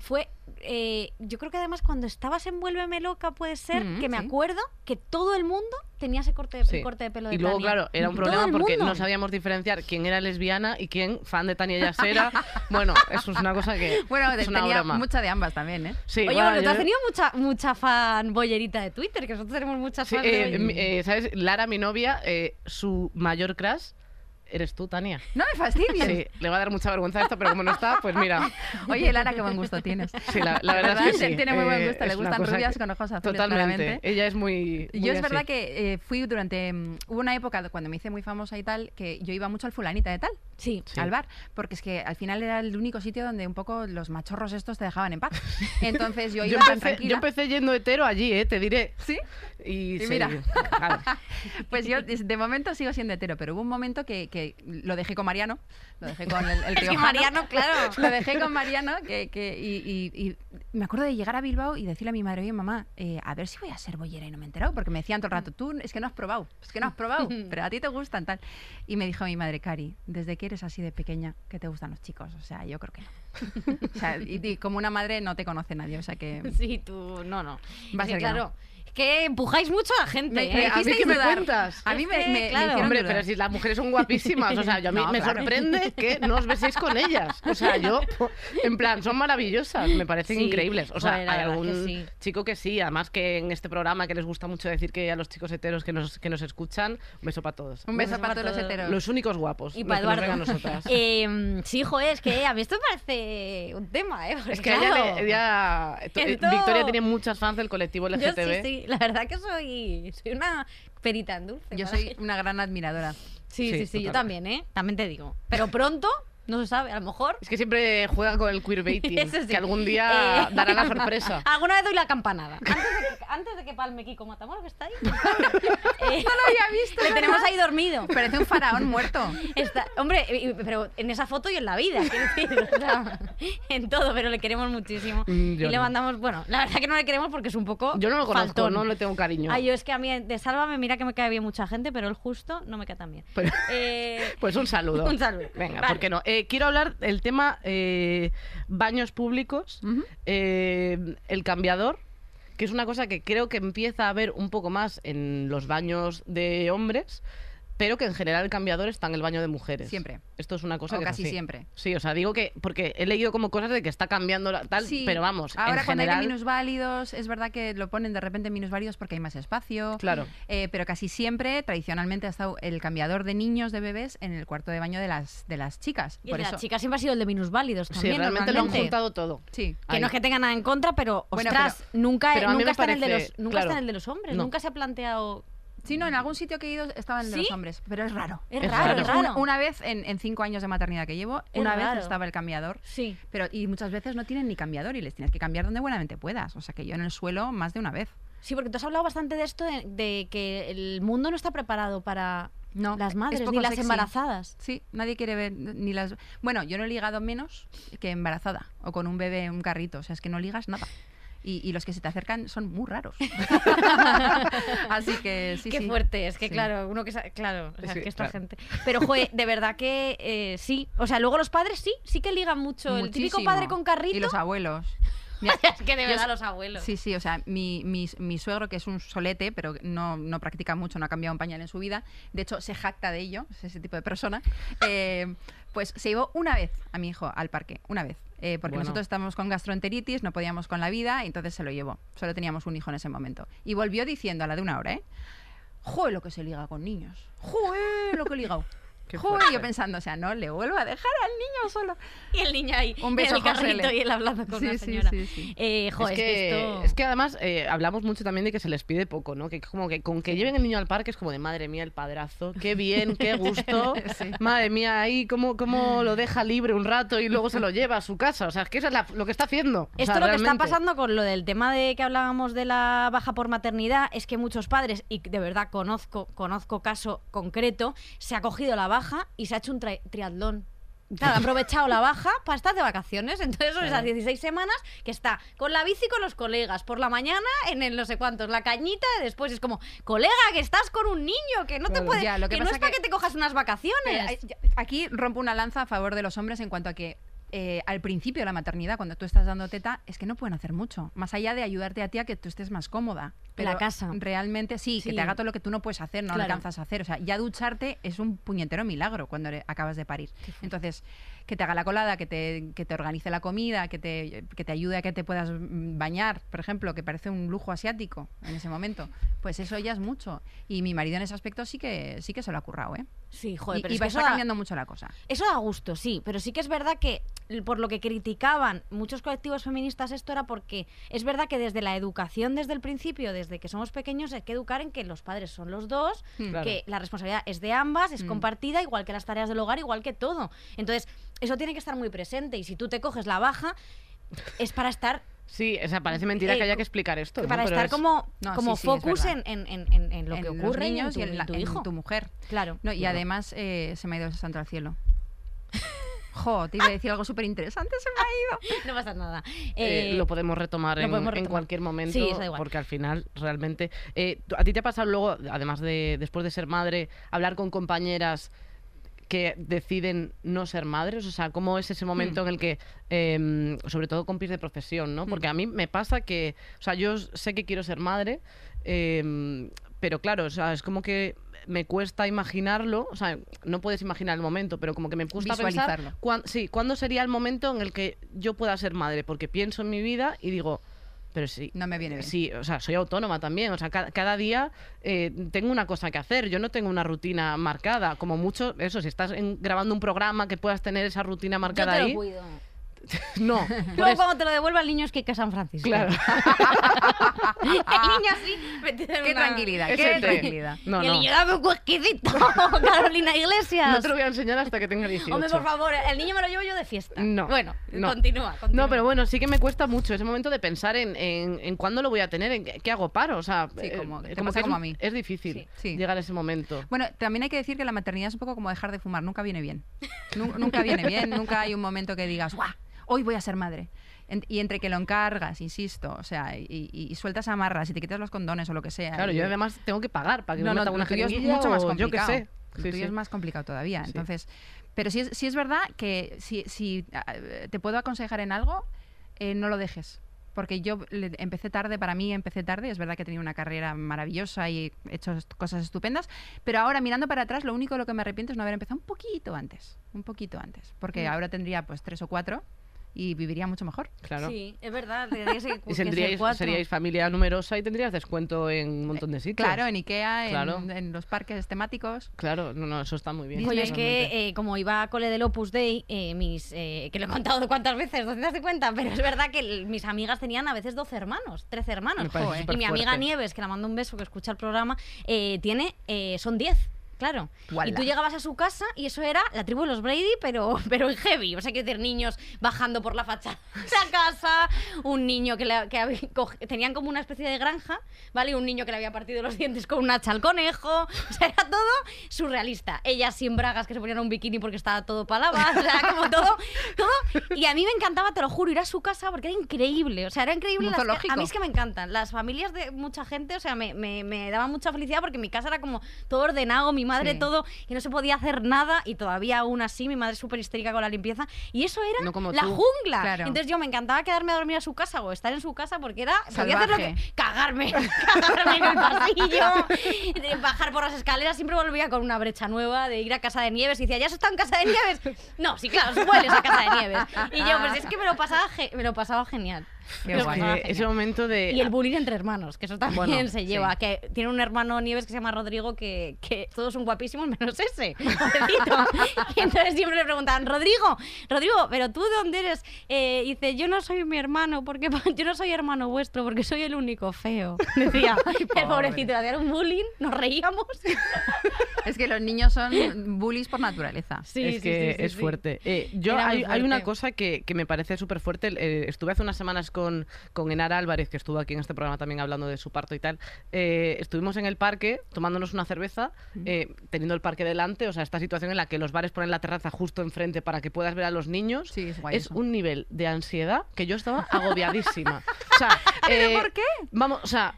fue. eh, yo creo que además cuando estabas en Vuélveme Loca, puede ser
Mm,
que me
sí.
acuerdo que todo el mundo tenía ese corte, el
sí.
corte de pelo de
y luego,
Tania.
claro, era un
Todo
problema
el
porque
mundo.
no sabíamos diferenciar quién era lesbiana y quién fan de Tania
<laughs>
Yasera. bueno, eso es una cosa que
Bueno,
es
de-
una
tenía
broma.
mucha de ambas también, ¿eh?
Sí,
Oye,
bueno,
bueno, tú
yo-
has tenido mucha, mucha fan boyerita de Twitter, que nosotros tenemos muchas
Sí,
fans de
eh,
Boyer.
mi- eh, ¿sabes? Lara, mi novia, eh, su mayor crush eres tú, Tania.
No me fastidies.
Sí, le va a dar mucha vergüenza esto, pero como no está, pues mira.
Oye, Lara, qué buen gusto tienes.
Sí, la, la verdad, es que sí.
Tiene muy buen
Eh,
gusto, le
es una
gustan
cosa
rubias
que-
con ojos azules.
Totalmente.
claramente.
Ella es muy. muy
Yo es
así.
verdad que eh, fui durante. mm, Hubo una época de- cuando me hice muy famosa y tal, que yo iba mucho al fulanita de tal,
Sí.
Sí.
al bar, porque es que al final era el único sitio donde un poco los machorros estos te dejaban en paz. Entonces yo
Yo,
iba tan
empecé,
tranquila.
yo empecé yendo hetero allí, ¿eh? te diré.
¿Sí?
Y,
Y
se-
mira.
claro.
Pues yo de de momento sigo siendo hetero, pero hubo un momento que, que lo dejé con Mariano, lo dejé con el,
<laughs>
el
Es que
riojano.
Mariano, claro.
Lo dejé con Mariano que, que- y, y- y me acuerdo de llegar a Bilbao y decirle a mi madre, oye mamá, eh, a ver si voy a ser bollera y no me he enterado, porque me decían todo el rato, tú es que no has probado, es que no has
<laughs>
probado, pero a ti te gustan tal. Y me dijo mi madre, Cari, desde que eres así de pequeña, que te gustan los chicos, o sea, yo creo que no. O sea, y, y como una madre no te conoce nadie, o sea que...
Sí, tú, no, no.
Va a
Sí,
ser que no.
claro. Es que empujáis mucho a la gente.
Me-
¿eh?
me
a mí
hicisteis
que me
dudar.
cuentas.
A mí me,
Es que,
me- me
claro.
hicieron
Hombre,
dudar.
pero si las mujeres son guapísimas, o sea, yo a
<laughs>
mí
No,
me
claro.
sorprende que no os beséis con ellas. O sea, yo, po- en plan, son maravillosas, me parecen
Sí,
increíbles. O sea,
joder, la
hay
verdad
algún
que sí.
chico que sí, además que en este programa que les gusta mucho decir que a los chicos heteros que nos, que nos escuchan, un beso para todos.
Un beso para todos los heteros.
Los únicos guapos.
Y
los
para
que nos
Eduardo.
vengan a
<laughs>
nosotras.
Eh, sí, joder, es que a mí esto me parece un tema, ¿eh? Porque,
Es que a ella
claro,
le-
<laughs>
ella- to- eh,
Entonces-
Victoria tiene muchas fans del colectivo
Yo
LGTB.
sí, sí, la verdad que soy, soy una perita en dulce.
Yo
<laughs>
<laughs> para-
soy una gran admiradora.
Sí, sí,
Sí,
sí, yo
total.
también, ¿eh? También te digo. Pero pronto No se sabe, a lo mejor.
Es que siempre juega con el
<laughs>
queerbaiting.
Eso sí.
Que algún día
Eh, <laughs>
dará la sorpresa.
Alguna vez doy la campanada. Antes de que, antes de que palme Kiko Matamoros, que está <laughs> ahí. Eh,
No lo había visto.
<laughs> le
¿verdad?
tenemos ahí dormido. <laughs>
Parece un faraón muerto.
Está- hombre, eh, eh, pero en esa foto y en la vida, quiero decir, o
<laughs>
sea, en todo, pero le queremos muchísimo.
Mm, yo
y le
no.
mandamos, bueno, la verdad que no le queremos porque es un poco.
Yo no lo conozco,
faltón.
no le tengo cariño.
Ay, yo es que a mí de Sálvame, mira que me cae bien mucha gente, pero el justo no me cae tan bien.
Pero-
<laughs> Eh,
<laughs> Pues un saludo.
<laughs> Un saludo.
Venga,
Vale.
¿por qué no? Eh, quiero hablar del tema eh, baños públicos, eh, el cambiador, que es una cosa que creo que empieza a haber un poco más en los baños de hombres, pero que en general el cambiador está en el baño de mujeres.
Siempre.
Esto es una cosa
O
que es
casi
así.
siempre.
Sí, o sea, digo que porque he leído como cosas de que está cambiando la- tal,
Sí,
pero vamos,
Ahora
en
cuando
general,
hay de minusválidos, es verdad que lo ponen de repente minusválidos porque hay más espacio.
Claro.
Eh, pero casi siempre, tradicionalmente, ha estado el cambiador de niños, de bebés, en el cuarto de baño de las, de las chicas.
y el
Por
de
eso.
las chicas siempre ha sido el de minusválidos
sí,
también.
realmente lo han
normalmente.
juntado todo.
Sí.
Que
Ahí.
no es que tenga nada en contra, pero
Bueno,
ostras, nunca,
pero a mí
nunca,
me
está, en el de
parece-
los, nunca
claro.
está en el de los hombres,
No.
nunca se ha planteado.
Sí, no, en algún sitio que he ido estaban el de los
¿Sí?
hombres, pero es raro.
Es,
Es
raro,
raro.
es
Una-
raro.
Una, vez en, en cinco años de maternidad que llevo,
Es
una
raro.
vez estaba el cambiador.
Sí.
Pero, y muchas veces no tienen ni cambiador y les tienes que cambiar donde buenamente puedas. O sea que yo en el suelo más de una vez.
Sí, porque tú has hablado bastante de esto, de, de que el mundo no está preparado para
No,
las
es
madres
poco
ni las
sexy.
embarazadas. <laughs>
Sí, nadie quiere ver ni las. Bueno, yo no he ligado menos que embarazada o con un bebé en un carrito. O sea, es que no ligas nada. Y, y los que se te acercan son muy
<laughs>
raros. Así que <laughs> sí.
Qué
sí.
fuerte, es que
Sí.
claro, uno que sa- claro, o sea,
Sí,
que esta
claro.
gente. Pero jue, de verdad que eh, sí, o sea, luego los padres sí, sí que ligan mucho, el típico
Muchísimo.
padre con carrito. <laughs>
Y los abuelos. Mira,
es que de verdad los abuelos.
Sí, sí, o sea, mi, mi- mi suegro, que es un solete, pero no, no practica mucho, no ha cambiado un pañal en su vida, de hecho se jacta de ello, es ese tipo de persona, eh, pues se llevó una vez a mi hijo al parque, una vez, eh, porque
Bueno.
nosotros estábamos con gastroenteritis, no podíamos con la vida, entonces se lo llevó, solo teníamos un hijo en ese momento. Y volvió diciendo a la de una hora, ¿eh? ¡Joder, lo que se liga con niños! ¡Joder, lo que he ligado!
Qué
Joder,
fuerte.
yo pensando, o sea, no le vuelvo a dejar al niño solo.
Y el niño ahí,
Un beso,
en el carrito
Josele.
y él hablando con
Sí,
una
sí,
señora.
sí, sí.
Eh, jo,
es,
es
que,
esto...
es que además eh, hablamos mucho también de que se les pide poco, ¿no? Que como que con que lleven el niño al parque es como de madre mía el padrazo, qué bien,
<laughs>
qué gusto,
Sí.
madre mía, ahí cómo, cómo lo deja libre un rato y luego se lo lleva a su casa. O sea, es que eso es la- lo que está haciendo. O
Esto
sea,
lo que está
realmente.
pasando con lo del tema de que hablábamos de la baja por maternidad es que muchos padres, y de verdad conozco, conozco caso concreto, se ha cogido la baja y se ha hecho un tri- triatlón. Claro, ha aprovechado la baja para estar de vacaciones. Entonces son esas 16 semanas que está con la bici con los colegas, por la mañana en el no sé cuántos, la cañita, y después es como, colega, que estás con un niño, que no te
Claro.
puedes,
Ya, lo
que,
que
no
pasa
es para que...
que-
te cojas unas
Pero,
vacaciones.
ay, ya- Aquí rompo una lanza a favor de los hombres en cuanto a que eh, al principio de la maternidad, cuando tú estás dando teta, es que no pueden hacer mucho. Más allá de ayudarte a ti a que tú estés más cómoda. Pero
La casa.
Realmente sí, que
Sí.
te haga todo lo que tú no puedes hacer, no
Claro.
alcanzas a hacer. O sea, ya ducharte es un puñetero milagro cuando eres- acabas de parir. Entonces, que te haga la colada, que te, que te organice la comida, que te, que te ayude a que te puedas mm, bañar, por ejemplo, que parece un lujo asiático en ese momento. Pues eso ya es mucho. Y mi marido en ese aspecto sí que, sí que se lo ha currado, ¿eh?
Sí, joder,
Y-
pero
y
es
va
que
está
eso da-
cambiando mucho la cosa.
Eso da gusto, sí, pero sí que es verdad que l- por lo que criticaban muchos colectivos feministas esto era porque es verdad que desde la educación, desde el principio, desde que somos pequeños, hay que educar en que los padres son los dos,
Mm.
Claro.
que la responsabilidad es de ambas, es
Mm.
compartida, igual que las tareas del hogar, igual que todo. Entonces, eso tiene que estar muy presente y si tú te coges la baja, es para estar
Sí, o sea, parece mentira que
Eh,
haya que explicar esto. ¿no?
para
Pero
estar
es-
como,
No,
como
sí, sí, es
focus en,
verdad.
en- en- en lo que
en los
ocurre
niños
y en tu,
la-
tu hijo.
tu mujer.
Claro.
No, y
Claro.
además eh, se me ha ido el santo al cielo. Jo, te iba a decir algo súper interesante, se me ha
<laughs>
ido.
<laughs> No pasa nada.
eh,
Eh,
lo podemos retomar,
lo
en,
podemos
en
retomar.
cualquier momento,
Sí, eso da igual.
porque al final realmente... eh, ¿tú- ¿A ti te ha pasado luego, además de después de ser madre, hablar con compañeras que deciden no ser madres? O sea, ¿cómo es ese
Mm.
momento en el que, eh, sobre todo con pis de profesión, ¿no?
Mm.
Porque a mí me pasa que, o sea, yo sé que quiero ser madre, eh, pero claro, o sea, es como que me cuesta imaginarlo, o sea, no puedes imaginar el momento, pero como que me gusta pensar
Visualizarlo.
cuán- sí, ¿cuándo sería el momento en el que yo pueda ser madre? Porque pienso en mi vida y digo, pero sí. eh,
No me viene bien.
Sí, o sea, soy autónoma también. O sea, ca- cada, día eh, tengo una cosa que hacer. Yo no tengo una rutina marcada. Como mucho, eso, si estás en- grabando un programa que puedas tener esa rutina
yo
marcada
te lo
ahí.
cuido.
<laughs> No. por
Luego
eso.
cuando te lo devuelva el niño es que a San Francisco.
Claro.
<laughs> el niño
<laughs>
así. metido en
Qué
una-
<laughs>
tranquilidad,
Ese
qué
tren.
tranquilidad.
No,
y el
no.
niño dame
<laughs>
un cuesquecito, Carolina Iglesias.
No te lo voy a enseñar hasta que tenga 18.
Hombre, por favor, el niño me lo llevo yo de fiesta.
No,
Bueno,
no.
continúa, continúa.
No, pero bueno, sí que me cuesta mucho ese momento de pensar en, en, en cuándo lo voy a tener, en qué, qué hago paro. O sea, eh,
Sí, como- te
como que
pasa
es,
como a mí.
es difícil
Sí.
Sí.
llegar a ese momento.
Bueno, también hay que decir que la maternidad es un poco como dejar de fumar, nunca viene bien. Nu- nunca viene bien, nunca hay un momento que digas, ¡guau! Hoy voy a ser madre. En- y entre que lo encargas, insisto, o sea, y, y- y sueltas amarras y te quitas los condones o lo que sea.
Claro,
y-
yo además tengo que pagar para que
no,
me
no,
meta una
lo tuyo es
jeringuilla
mucho más
o yo qué
complicado.
sé.
Lo
Sí,
tuyo
sí.
es más complicado todavía.
Sí.
Entonces, pero sí, es- sí es verdad que si, si ah, te puedo aconsejar en algo, eh, no lo dejes. Porque yo le- empecé tarde, para mí empecé tarde, es verdad que he tenido una carrera maravillosa y he hecho est- cosas estupendas, pero ahora mirando para atrás, lo único de lo que me arrepiento es no haber empezado un poquito antes, un poquito antes, porque
Mm.
ahora tendría pues tres o cuatro y viviría mucho mejor.
Claro.
Sí, es verdad. tendría que- que
<laughs> Y
ser
tendríais,
cuatro.
seríais familia numerosa y tendrías descuento en un montón de sitios.
Claro, en Ikea, en-
Claro.
En, los parques temáticos.
Claro, no, no, eso está muy bien.
Disney.
Oye, es
totalmente.
que eh, como iba a cole del Opus Dei, eh, mis, eh, que lo he contado cuántas veces, 250, pero es verdad que el- mis amigas tenían a veces 12 hermanos, 13 hermanos.
Me parece
Joder.
súper
Y mi amiga
fuerte.
Nieves, que la mando un beso, que escucha el programa, eh, tiene, eh, son 10. Claro.
Guala.
Y tú llegabas a su casa y eso era la tribu de los Brady, pero, <laughs> pero en heavy. O sea, quiero decir, niños bajando por la fachada <laughs> de la casa, un niño que, le- que había <laughs> coge- tenían como una especie de granja, ¿vale? Un niño que le había partido los dientes con un hacha al conejo. <laughs> O sea, era todo surrealista. Ellas sin bragas que se ponían un bikini porque estaba todo palabra. O sea, como todo, todo. Y a mí me encantaba, te lo juro, ir a su casa porque era increíble. O sea, era increíble.
Un
las-
zoológico.
a mí es que me encantan. Las familias de mucha gente, o sea, me, me, me daba mucha felicidad porque mi casa era como todo ordenado, mi madre
Sí.
todo, y no se podía hacer nada, y todavía aún así, mi madre es súper histérica con la limpieza. Y eso era
No como
la
tú.
jungla.
Claro.
Entonces yo me encantaba quedarme a dormir a su casa o estar en su casa porque era. podía hacer lo que-
Salvaje.
Cagarme. <laughs> Cagarme en el pasillo. de bajar por las escaleras. Siempre volvía con una brecha nueva de ir a casa de nieves. Y decía, ¿ya has estado en casa de nieves? No, sí, claro, vuelves a casa de nieves. Y yo, pues es que me lo pasaba, ge- me lo pasaba genial.
Qué
Me lo
Es
guay.
que
pasaba genial.
ese momento de.
Y el bullying entre hermanos, que eso
Eh,
también
ah. Bueno,
<laughs> se lleva. Que tiene un hermano Nieves que se llama Rodrigo, que, que todos son guapísimos menos ese. pobrecito.
<laughs>
y entonces siempre le preguntaban, Rodrigo, Rodrigo, ¿pero tú de dónde eres? Eh, y dice, yo no soy mi hermano, porque <laughs> pa- yo no soy hermano vuestro, porque soy el único
<laughs>
feo. Decía, el pobrecito, le hacían un bullying,
<laughs>
nos reíamos.
Es que los niños son bullies por naturaleza.
Sí,
es
sí,
que
sí, sí,
es
sí. <laughs>
fuerte. Eh, yo
Era muy
hay, hay una
fuerte.
cosa que, que me parece súper fuerte. Eh, estuve hace unas semanas con, con Enara Álvarez, que estuvo aquí en este programa también hablando de su parto y tal. Eh, estuvimos en el parque tomándonos una cerveza, eh, teniendo el parque delante, o sea, esta situación en la que los bares ponen la terraza justo enfrente para que puedas ver a los niños.
Sí, es guay
es
eso.
un nivel de ansiedad que yo
<laughs>
estaba agobiadísima. O sea, eh,
por qué?
Vamos, o sea,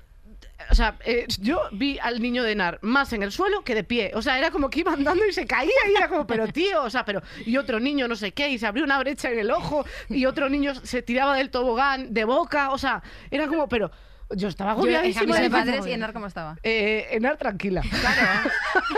o sea, eh, yo vi al niño de Nar más en el suelo que de pie. O sea, era como que iba andando y se caía y era como, pero tío, o sea, pero... Y otro niño no sé qué y se abrió una brecha en el ojo y otro niño se tiraba del tobogán de boca. O sea, era como, pero yo estaba
Yo, en
agobiadísima.
camisa de
de-
padres y Enar cómo estaba.
Eh, Enar, tranquila.
Claro.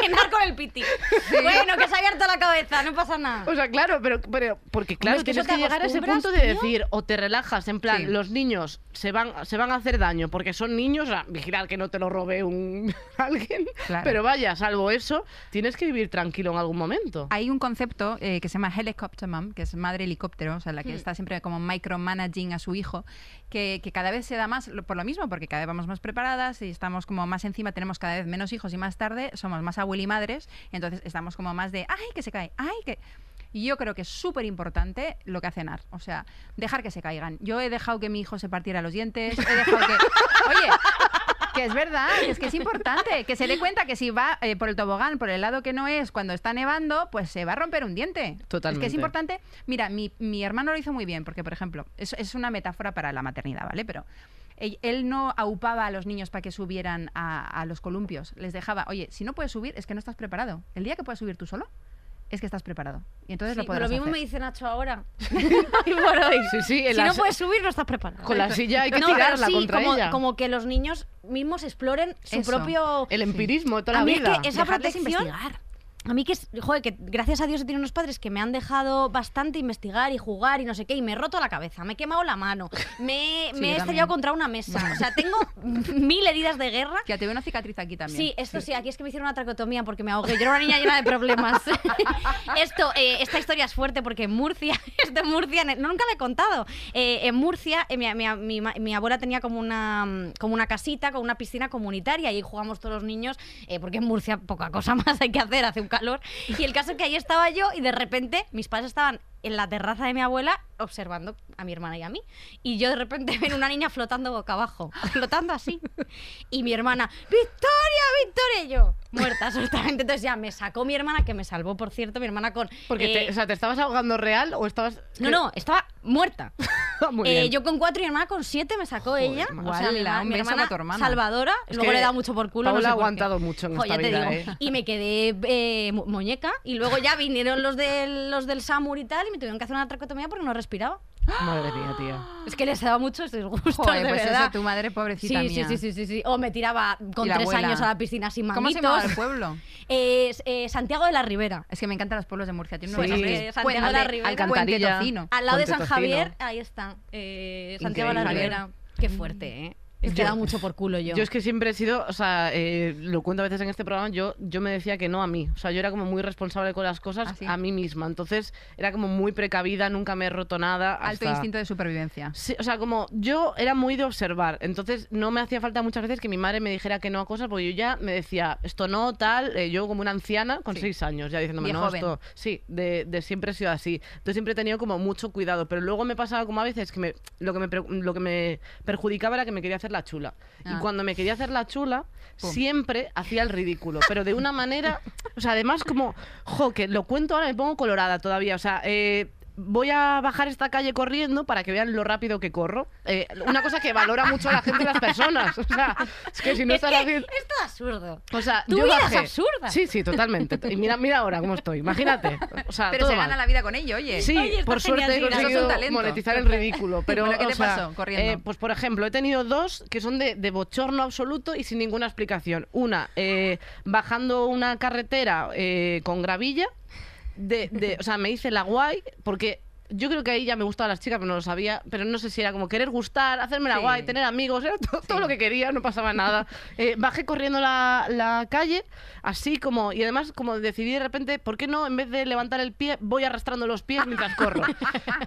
Enar con el piti. Bueno, que se ha abierto la cabeza, no pasa nada.
O sea, claro, pero, pero porque claro,
Hombre, que
tienes
eso
que
te
llegar a ese
acostumbras,
punto de
tío.
decir, o te relajas, en plan,
Sí.
los niños se van, se van a hacer daño porque son niños, o sea, vigilar que no te lo robe un <laughs> alguien.
Claro.
Pero vaya, salvo eso, tienes que vivir tranquilo en algún momento.
Hay un concepto eh, que se llama helicopter mom, que es madre helicóptero, o sea, la que está siempre como micromanaging a su hijo, que, que cada vez se da más lo- por lo mismo, porque cada vez vamos más preparadas y estamos como más encima, tenemos cada vez menos hijos y más tarde somos más abuelo y madres, entonces estamos como más de, ay, que se cae, ay, que... Y yo creo que es súper importante lo que hace Nar, o sea, dejar que se caigan. Yo he dejado que mi hijo se partiera los dientes, he dejado que... Oye, que es verdad, que es que es importante, que se dé cuenta que si va eh, por el tobogán, por el lado que no es, cuando está nevando, pues se va a romper un diente. Es que
Totalmente.
es importante. Mira, mi, mi hermano lo hizo muy bien, porque, por ejemplo, es, es una metáfora para la maternidad, ¿vale? Pero él, él no aupaba a los niños para que subieran a, a los columpios. Les dejaba, oye, si no puedes subir, es que no estás preparado. El día que puedes subir tú solo, es que estás preparado. Y entonces
Sí,
lo podrás
lo mismo
hacer.
me dice Nacho ahora. Hoy por hoy.
Sí, sí, en
si
la
no
se-
puedes subir, no estás preparado.
Con la silla hay que
<laughs> No, pero
tirarla
sí,
contra
como,
ella.
como que los niños mismos exploren su
Eso.
propio...
El empirismo de toda
A
la
mí es
vida.
que esa
Dejarles
protección...
investigar.
a mí que, es- joder, que gracias a Dios he tenido unos padres que me han dejado bastante investigar y jugar y no sé qué, y me he roto la cabeza, me he quemado la mano,
<laughs> Sí,
me, me
yo
he
también.
estrellado contra una mesa. O
<laughs>
sea, tengo mil heridas de guerra.
Ya te veo una cicatriz aquí también.
Sí, esto sí. aquí es que me hicieron una tracotomía porque me ahogué. Yo era una niña llena de problemas. esto, eh, esta historia es fuerte porque en Murcia, <laughs> es de Murcia, en el- no, nunca la he contado. Eh, en Murcia, eh, mi, mi- mi ma- mi abuela tenía como una, mm, como una casita con una piscina comunitaria y ahí jugamos todos los niños, eh, porque en Murcia poca cosa <laughs> más hay que hacer, hace un calor. Y el caso es que ahí estaba yo y de repente mis padres estaban en la terraza de mi abuela observando a mi hermana y a mí. Y yo de repente <laughs> ven una niña flotando boca abajo, <laughs> flotando así. Y mi hermana, ¡Victoria, Victoria! Y yo, muerta absolutamente. Entonces ya me sacó mi hermana, que me salvó, por cierto, mi hermana con...
Porque,
eh,
te, o sea, ¿te estabas ahogando real o estabas...?
<laughs>
Ah, <laughs>
No, no, estaba <laughs> muerta.
Muy
Eh,
bien.
yo con cuatro y mi hermana con siete me sacó
Joder,
ella.
madre.
O sea, mi,
Guala,
ma-
un
mi
beso
hermana
para tu hermana.
salvadora.
Es
luego
que
le he dado mucho por culo. no
Paula
sé
ha
por qué.
aguantado mucho en
Jo,
esta
ya te
vida,
digo.
¿eh?
Y me quedé eh, mu- muñeca. Y luego ya vinieron los del, los del SAMUR y tal. Y me tuvieron que hacer una tracotomía porque no respiraba.
Madre mía, tía.
Es que les he dado muchos disgustos,
Joder,
de
pues
verdad.
eso, tu madre
Sí,
pobrecita
sí,
mía.
sí, sí, sí, sí. O me tiraba con
Y la
tres
abuela.
años a la piscina sin
¿Cómo se
manguitos.
llamaba el pueblo?
Eh, es, eh, Santiago de la Ribera.
Es que me encantan los pueblos de Murcia. Tiene
Sí.
unos nombres.
Sí, Santiago de la
Puente-
Ribera.
Alcantarilla.
Puente Tocino.
Al lado de
Ponte
San
tocino.
Javier, ahí está. eh, Santiago de la
Increíble.
Ribera. Qué fuerte, ¿eh? Es que
Yo-
da mucho por culo yo.
Yo es que siempre he sido, o sea, eh, lo cuento a veces en este programa, yo, yo me decía que no a mí. O sea, yo era como muy responsable con las cosas
Ah, sí.
a mí misma. Entonces, era como muy precavida, nunca me he roto nada.
Alto
hasta-
instinto de supervivencia.
Sí, o sea, como yo era muy de observar, entonces no me hacía falta muchas veces que mi madre me dijera que no a cosas, porque yo ya me decía, esto no, tal, eh, yo como una anciana con
Sí.
seis años, ya diciéndome,
Bien
no,
joven.
esto, sí, de, de siempre he sido así. Entonces siempre he tenido como mucho cuidado, pero luego me pasaba como a veces que me, lo, que me, pre- lo que me perjudicaba era que me quería hacer la chula.
Ah.
Y cuando me quería hacer la chula,
Pum.
siempre hacía el ridículo, pero de una manera, o sea, además como, jo, que lo cuento ahora, me pongo colorada todavía, o sea, eh, voy a bajar esta calle corriendo para que vean lo rápido que corro. Eh, una cosa que valora mucho la gente y las personas, o sea, es que si no
es,
estás
que
haciendo...
es todo absurdo.
O sea,
tu
yo
vida es
bajé.
absurda.
Sí, sí, totalmente. Y mira, mira ahora cómo estoy. Imagínate. O sea,
Pero
todo
se gana
mal.
la vida con ello, oye.
Sí,
Oye, está
por
genial,
suerte he
Sira. Eso es un
conseguido
talento.
monetizar el ridículo. Pero,
Bueno, ¿qué
o
te
sea,
pasó corriendo?
eh, pues por ejemplo, he tenido dos que son de, de bochorno absoluto y sin ninguna explicación. Una, eh, bajando una carretera eh, con gravilla, de, de- o sea, me hice la guay porque... Yo creo que ahí ya me gustaban las chicas, pero no lo sabía. Pero no sé si era como querer gustar, hacerme la
Sí.
guay, tener amigos, era to- todo, lo que quería, no pasaba
<laughs>
nada. Eh, bajé corriendo la, la calle, así como. Y además, como decidí de repente, ¿por qué no en vez de levantar el pie, voy arrastrando los pies mientras
<laughs>
corro?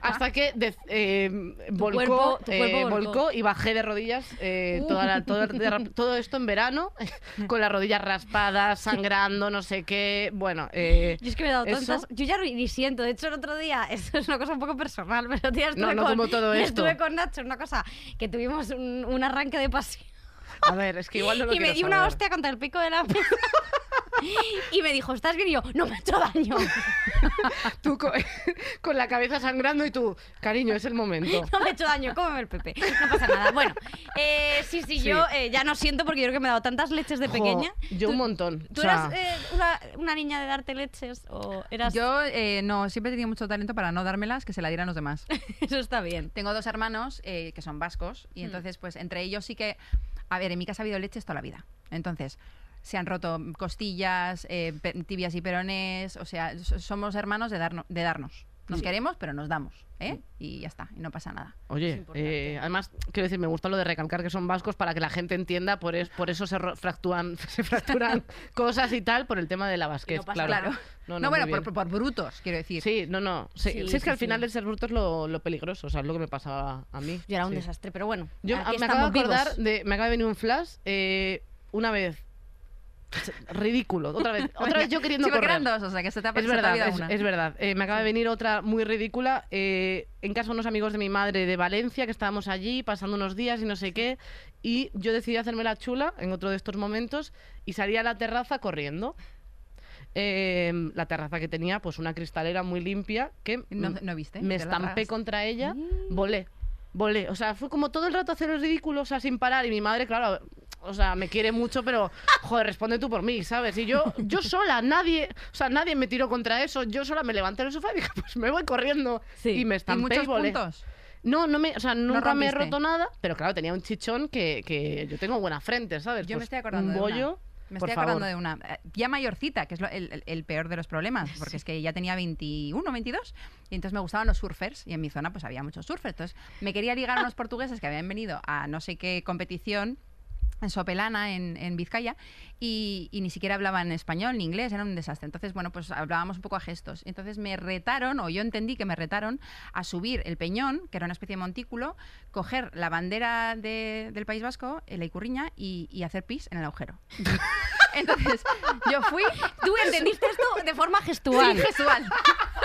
Hasta que de- eh, volcó,
cuerpo- tu
eh,
cuerpo volcó. Uh.
volcó y bajé de rodillas eh, toda la- todo, el derra- todo esto en verano, <laughs> con las rodillas raspadas, sangrando, no sé qué. Bueno, eh,
Yo es que me he dado
Eso-
tantas. Yo ya ni siento. De hecho, el otro día, <laughs> esto es una cosa un poco personal, pero tía, estuve
No, no
con,
como todo
yo
esto.
<laughs> Estuve con Nacho, una cosa que tuvimos un, un arranque de pasión.
a ver, es que igual <laughs> no lo
y me
quiero
di una
saber.
hostia contra el pico de la <laughs> mesa. y me dijo, ¿estás bien? Y yo, no me ha hecho daño.
Tú co- <laughs> con, la cabeza sangrando y tú, cariño, es el momento.
No me he hecho daño, cómeme el Pepe. No pasa nada. Bueno, eh, sí, sí,
Sí.
yo eh, ya no siento porque yo creo que me he dado tantas leches de
Jo,
pequeña.
yo un
Tú-
montón.
¿Tú
o sea,
eras eh, una, una niña de darte leches o eras...?
Yo eh, no, siempre he tenido mucho talento para no dármelas, que se la dieran los demás.
<laughs> Eso está bien.
Tengo dos hermanos eh, que son vascos y entonces, pues entre ellos sí que, a ver, en mi casa ha habido leches toda la vida. Entonces, se han roto costillas, eh, pe- tibias y perones, o sea, s- somos hermanos de, darno- de darnos. Nos queremos, pero nos damos, ¿eh? Y ya está, y no pasa nada.
Oye, eh, además, quiero decir, me gusta lo de recalcar que son vascos para que la gente entienda, por, es- por eso se ro- fractúan- <laughs> se fracturan cosas y tal, por el tema de la vasquez,
No pasa
claro.
Claro.
No,
No,
no,
bueno,
muy bien.
por, por brutos, quiero decir. <laughs>
Sí, no, no. Sí,
Sí,
sí,
sí,
es que al
sí.
final el ser bruto es lo, lo peligroso, o sea, es lo que me pasaba a mí.
Yo era un
Sí.
desastre, pero bueno,
Yo ah,
aquí
me acabo
estamos
de acordar
vivos.
de. Me acaba de venir un flash eh, una vez. Ridículo. Otra
<laughs>
vez. Otra vez yo queriendo
Sí, porque
correr.
eran dos, o sea, que se te ha
Es
pasado la
verdad,
vida
es,
una.
es verdad. Eh, me acaba de venir otra muy ridícula. eh, en casa de unos amigos de mi madre de Valencia, que estábamos allí pasando unos días y no sé qué. Y yo decidí hacerme la chula en otro de estos momentos y salí a la terraza corriendo. Eh, la terraza que tenía, pues una cristalera muy limpia que
No,
mm,
no viste?
me
te la Mm.
estampé
tragas.
contra ella, volé, volé. O sea, fue como todo el rato hacer el ridículo, o sea, sin parar. Y mi madre, claro, o sea, me quiere mucho, pero, joder, responde tú por mí, ¿sabes? Y yo, yo sola, nadie, o sea, nadie me tiró contra eso. Yo sola me levanté del sofá y dije, pues me voy corriendo.
Sí.
Y me
¿Y
estampé y,
muchos
volé.
puntos?
No, no me, o sea, nunca me he
rompiste.
roto nada, pero claro, tenía un chichón que, que yo tengo buena frente, ¿sabes?
Yo me
Pues
estoy acordando
Un
de una.
bollo.
Me
Por
estoy acordando
favor.
de una. eh, Ya mayorcita, que es lo- el, el- el peor de los problemas, porque es que ya tenía 21, 22, y entonces me gustaban los surfers, y en mi zona pues había muchos surfers. Entonces me quería ligar a unos portugueses que habían venido a no sé qué competición en Sopelana, en, en Vizcaya, y, y ni siquiera hablaban español ni inglés, era un desastre. Entonces, bueno, pues hablábamos un poco a gestos. Entonces me retaron, o yo entendí que me retaron, a subir el peñón, que era una especie de montículo, coger la bandera de- del País Vasco, eh, la icurriña, y, y hacer pis en el agujero. <laughs> Entonces, yo fui
Tú entendiste esto de forma gestual.
Sí, gestual. <laughs>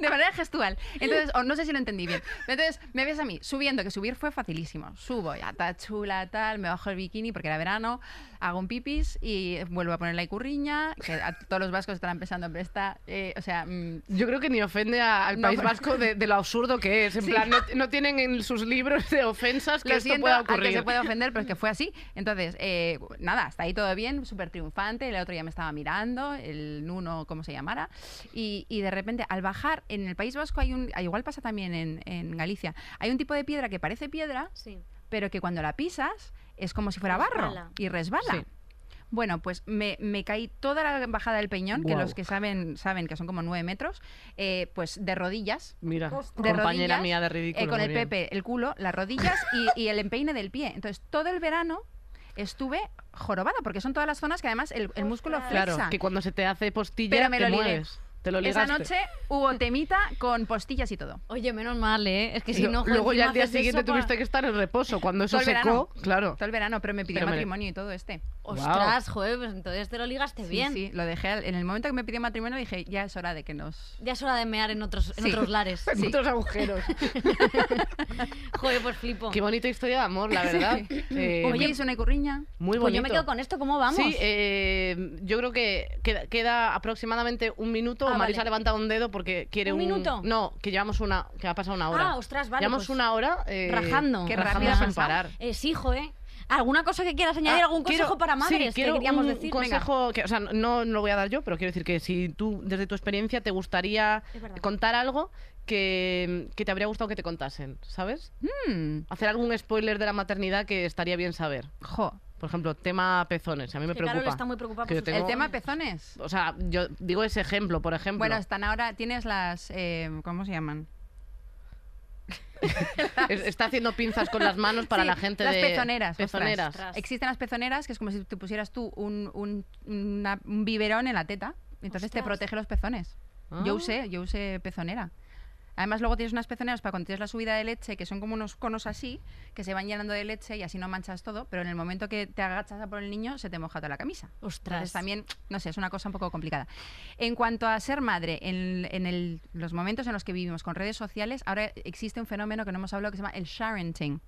De manera gestual. Entonces, o no sé si lo entendí bien. Entonces, me ves a mí subiendo, que subir fue facilísimo. Subo, ya está chula, tal, me bajo el bikini porque era verano, hago un pipis y vuelvo a poner la icurriña, que a todos los vascos estarán pensando, hombre, está, eh, o sea, mm,
Yo creo que ni ofende a- al
No,
País
pero-
Vasco de, de lo absurdo que es. En
Sí.
plan, no, no tienen en sus libros de ofensas que
lo
esto
siento
pueda
al que
ocurrir.
se puede ofender, pero es que
<laughs>
fue así. Entonces, eh, nada, hasta ahí todo bien, súper triunfante. El otro ya me estaba mirando, el Nuno, como se llamara. Y, y de repente, al bajar, en el País Vasco hay un, ah, igual pasa también en, en Galicia, hay un tipo de piedra que parece piedra,
Sí.
pero que cuando la pisas es como si fuera barro
Resbala.
y resbala.
Sí.
Bueno, pues me, me caí toda la bajada del peñón, que
Guau.
los que saben saben que son como nueve metros, eh, pues de rodillas,
Mira,
de
compañera
rodillas,
mía de
eh,
ridículo.
con el
muy bien.
pepe, el culo, las rodillas y, y el empeine del pie. Entonces, todo el verano estuve jorobada, porque son todas las zonas que además el, el músculo flexa.
Claro, que cuando se te hace postilla
Pero me
te
lo ligué.
mueves. Te lo
Esa
ligaste.
noche hubo temita con postillas y todo.
Oye, menos mal, ¿eh? Es que si
Lo-
no... joder,
Luego ya
encima
al día
haces eso
pues
siguiente
pa-
tuviste que estar en reposo. Cuando eso
Todo el verano.
secó, claro.
Todo el verano, pero me pidió
Pero me-
matrimonio y todo este.
Ostras, joder, pues entonces te lo ligaste
Sí,
bien.
sí, lo dejé. al- En el momento que me pidió matrimonio dije, ya es hora de que nos...
Ya es hora de mear en otros, en
Sí.
<laughs>
otros lares. <laughs>
En otros
<laughs>
agujeros.
Joder, pues flipo.
Qué bonita historia de amor, la verdad. Eh,
Oye, hice una curriña.
muy bonito.
Pues yo me quedo con esto, ¿cómo vamos?
Sí, eh, yo creo que queda, queda aproximadamente un minuto.
Ah,
Marisa
vale.
ha levantado un dedo porque quiere
¿Un
un...
minuto?
No, que llevamos una... que ha pasado una hora.
Ah, ostras, vale,
Llevamos
pues,
una hora... eh,
rajando.
Qué
rajando
rápido ha
sin
pasado.
parar.
Es hijo, ¿eh? ¿Alguna cosa que quieras añadir?
Ah,
¿Algún
quiero-
consejo para
sí,
madres que
quiero
queríamos
un
decir? Venga.
consejo que, o sea, no, no lo voy a dar yo, pero quiero decir que si tú, desde tu experiencia, te gustaría
Es verdad.
contar algo que, que te habría gustado que te contasen, ¿sabes?
Mm,
Hacer algún spoiler de la maternidad que estaría bien saber.
jo.
Por ejemplo, tema pezones, a mí me
Que
preocupa.
Carol está muy preocupada
Que
por
yo
sus-
tengo-
El tema pezones.
O sea, yo digo ese ejemplo, por ejemplo.
Bueno, están ahora, tienes las... eh, ¿Cómo se llaman?
Es- está haciendo pinzas con las manos para
Sí,
la gente
las
de
pezoneras, ostras.
pezoneras.
Ostras.
Existen las pezoneras, que es como si te pusieras tú un, un- una- un biberón en la teta. Entonces te
Ostras.
protege los pezones.
Ah.
Yo usé, yo usé pezonera. Además, luego tienes unas pezoneras para cuando tienes la subida de leche, que son como unos conos así, que se van llenando de leche y así no manchas todo, pero en el momento que te agachas a por el niño, se te moja toda la camisa.
Ostras.
pues
Entonces también, no sé, es una cosa un poco complicada. En cuanto a ser madre, en, en el- los momentos en los que vivimos con redes sociales, ahora existe un fenómeno que no hemos hablado que se llama el sharenting,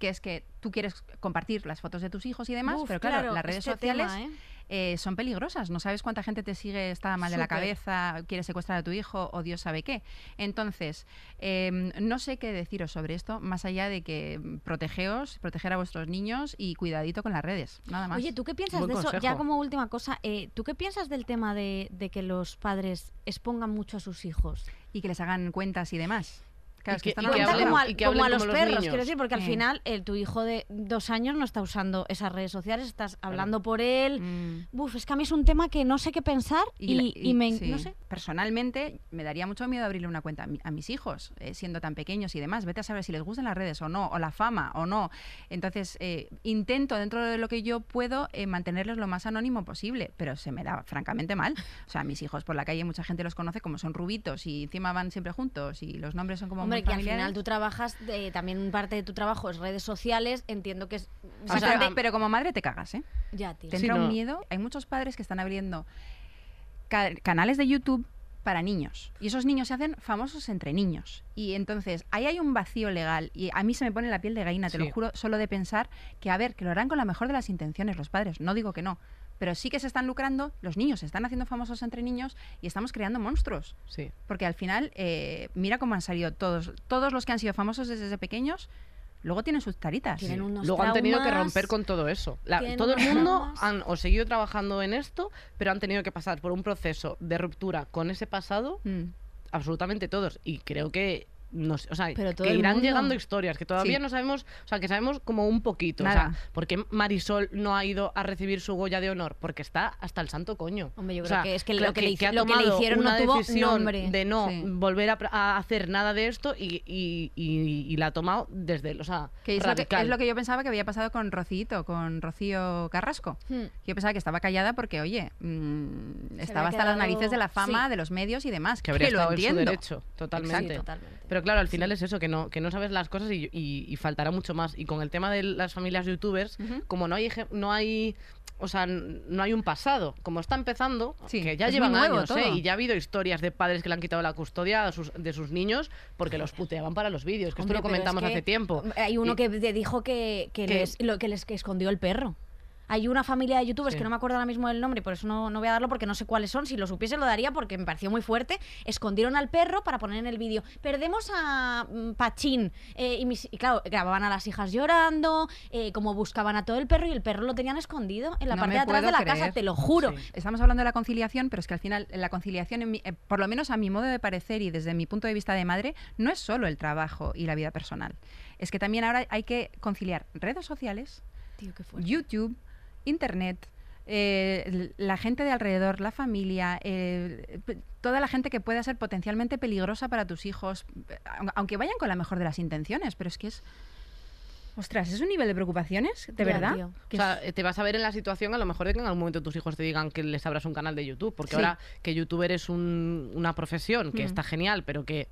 que es que tú quieres compartir las fotos de tus hijos y demás,
Uf,
pero claro, las redes
este
sociales
tema, ¿eh?
eh, son peligrosas. No sabes cuánta gente te sigue, está mal de la
Súper.
cabeza, quiere secuestrar a tu hijo o Dios sabe qué. Entonces, em, no sé qué deciros sobre esto, más allá de que mm, protegeos, proteger a vuestros niños y cuidadito con las redes, nada más.
Oye, ¿tú qué piensas
Buen
de eso? Ya
consejo.
como última cosa, eh, ¿tú qué piensas del tema de, de que los padres expongan mucho a sus hijos?
y que les hagan cuentas y demás.
Y
Claro, es que
que-
están
y
hablando-
Cuenta
hablen-
como, al-
y que
como a
hablen
los
como los
perros,
niños.
quiero decir, porque al
Sí.
final eh, tu hijo de dos años no está usando esas redes sociales, estás hablando por él.
Mm.
Buf, es que a mí es un tema que no sé qué pensar y,
la-
y me...
sí.
No sé.
Personalmente, me daría mucho miedo abrirle una cuenta a, mi- a mis hijos, eh, siendo tan pequeños y demás. Vete a saber si les gustan las redes o no, o la fama o no. Entonces, eh, intento, dentro de lo que yo puedo, eh, mantenerlos lo más anónimo posible, pero se me da francamente mal. O sea, mis hijos por la calle, mucha gente los conoce como son rubitos y encima van siempre juntos y los nombres son como
Hombre,
muy
que al
familiares.
final tú trabajas, eh, también parte de tu trabajo es redes sociales, entiendo que es...
O sea,
sea,
te-
am-
pero como madre te cagas, ¿eh?
ya, tío.
Te
Sí,
entra un
no.
miedo. Hay muchos padres que están abriendo ca- canales de YouTube para niños. Y esos niños se hacen famosos entre niños. Y entonces ahí hay un vacío legal. Y a mí se me pone la piel de gallina, te
Sí.
lo juro, solo de pensar que, a ver, que lo harán con la mejor de las intenciones los padres. No digo que no. Pero sí que se están lucrando, los niños se están haciendo famosos entre niños y estamos creando monstruos.
Sí.
Porque al final, eh, mira cómo han salido todos, todos los que han sido famosos desde pequeños, luego tienen sus taritas.
Tienen unos
Luego han tenido que
traumas.
romper con todo eso. La-
tienen
todo el
unos
mundo
traumas.
han o seguido trabajando en esto, pero han tenido que pasar por un proceso de ruptura con ese pasado,
Mm.
absolutamente todos. Y creo que no sé, o sea,
Pero todo
que
el
irán
mundo.
llegando historias que todavía
Sí.
no sabemos, o sea, que sabemos como un poquito, o
Nada.
sea, ¿por qué Marisol no ha ido a recibir su Goya de honor? Porque está hasta el santo coño.
Hombre, yo
O
creo
sea,
que es que
claro
lo que le hici-
ha
lo que le
tomado
hicieron no
una
tuvo
decisión
nombre.
de no
Sí.
volver a, pr- a hacer nada de esto y, y- y- y la ha tomado desde, el- o sea,
Que es, lo que,
radical.
es lo que yo pensaba que había pasado con Rocito, con Rocío Carrasco.
Hmm.
Yo pensaba que estaba callada porque, oye, mm, estaba hasta
había
las
quedado-
narices de la fama,
sí.
de los medios y demás.
que habría
lo
estado
entiendo.
en su derecho, totalmente.
Sí, totalmente.
Pero claro, al final es eso, que no, que no sabes las cosas y, y- y faltará mucho más. Y con el tema de las familias youtubers,
Ujú.
como no hay, eje- no hay, o sea, n- no hay un pasado. Como está empezando,
Sí,
que ya
es
llevan
muy nuevo
años, ¿eh?
todo.
y ya ha habido historias de padres que le han quitado la custodia a sus- de sus niños porque los puteaban para los vídeos, que
Hombre,
esto lo
pero es
comentamos
que
hace tiempo.
Hay uno
Y-
que te dijo que, que
Que-
les, lo, que les que escondió el perro. Hay una familia de youtubers
Sí.
que no me acuerdo ahora mismo del nombre, por eso no, no voy a darlo porque no sé cuáles son. Si lo supiese lo daría porque me pareció muy fuerte. Escondieron al perro para poner en el vídeo. Perdemos a mm, Pachín. Eh, y, mis- y claro, grababan a las hijas llorando, eh, como buscaban a todo el perro y el perro lo tenían escondido en la
No
parte
me
de atrás de
puedo
la casa,
creer.
te lo juro.
Sí.
Estamos hablando de la conciliación, pero es que al final la conciliación, en mi- eh, por lo menos a mi modo de parecer y desde mi punto de vista de madre, no es solo el trabajo y la vida personal. Es que también ahora hay que conciliar redes sociales,
Tío, qué fuerte.
YouTube, Internet, eh, l- la gente de alrededor, la familia, eh, p- toda la gente que pueda ser potencialmente peligrosa para tus hijos, eh, aun- aunque vayan con la mejor de las intenciones, pero es que es... Ostras, es un nivel de preocupaciones, de
Ya,
verdad.
tío.
que
o sea,
es-
eh, te vas a ver en la situación a lo mejor de que en algún momento tus hijos te digan que les abras un canal de YouTube, porque
Sí.
ahora que youtuber es un- una profesión que
Mm.
está genial, pero que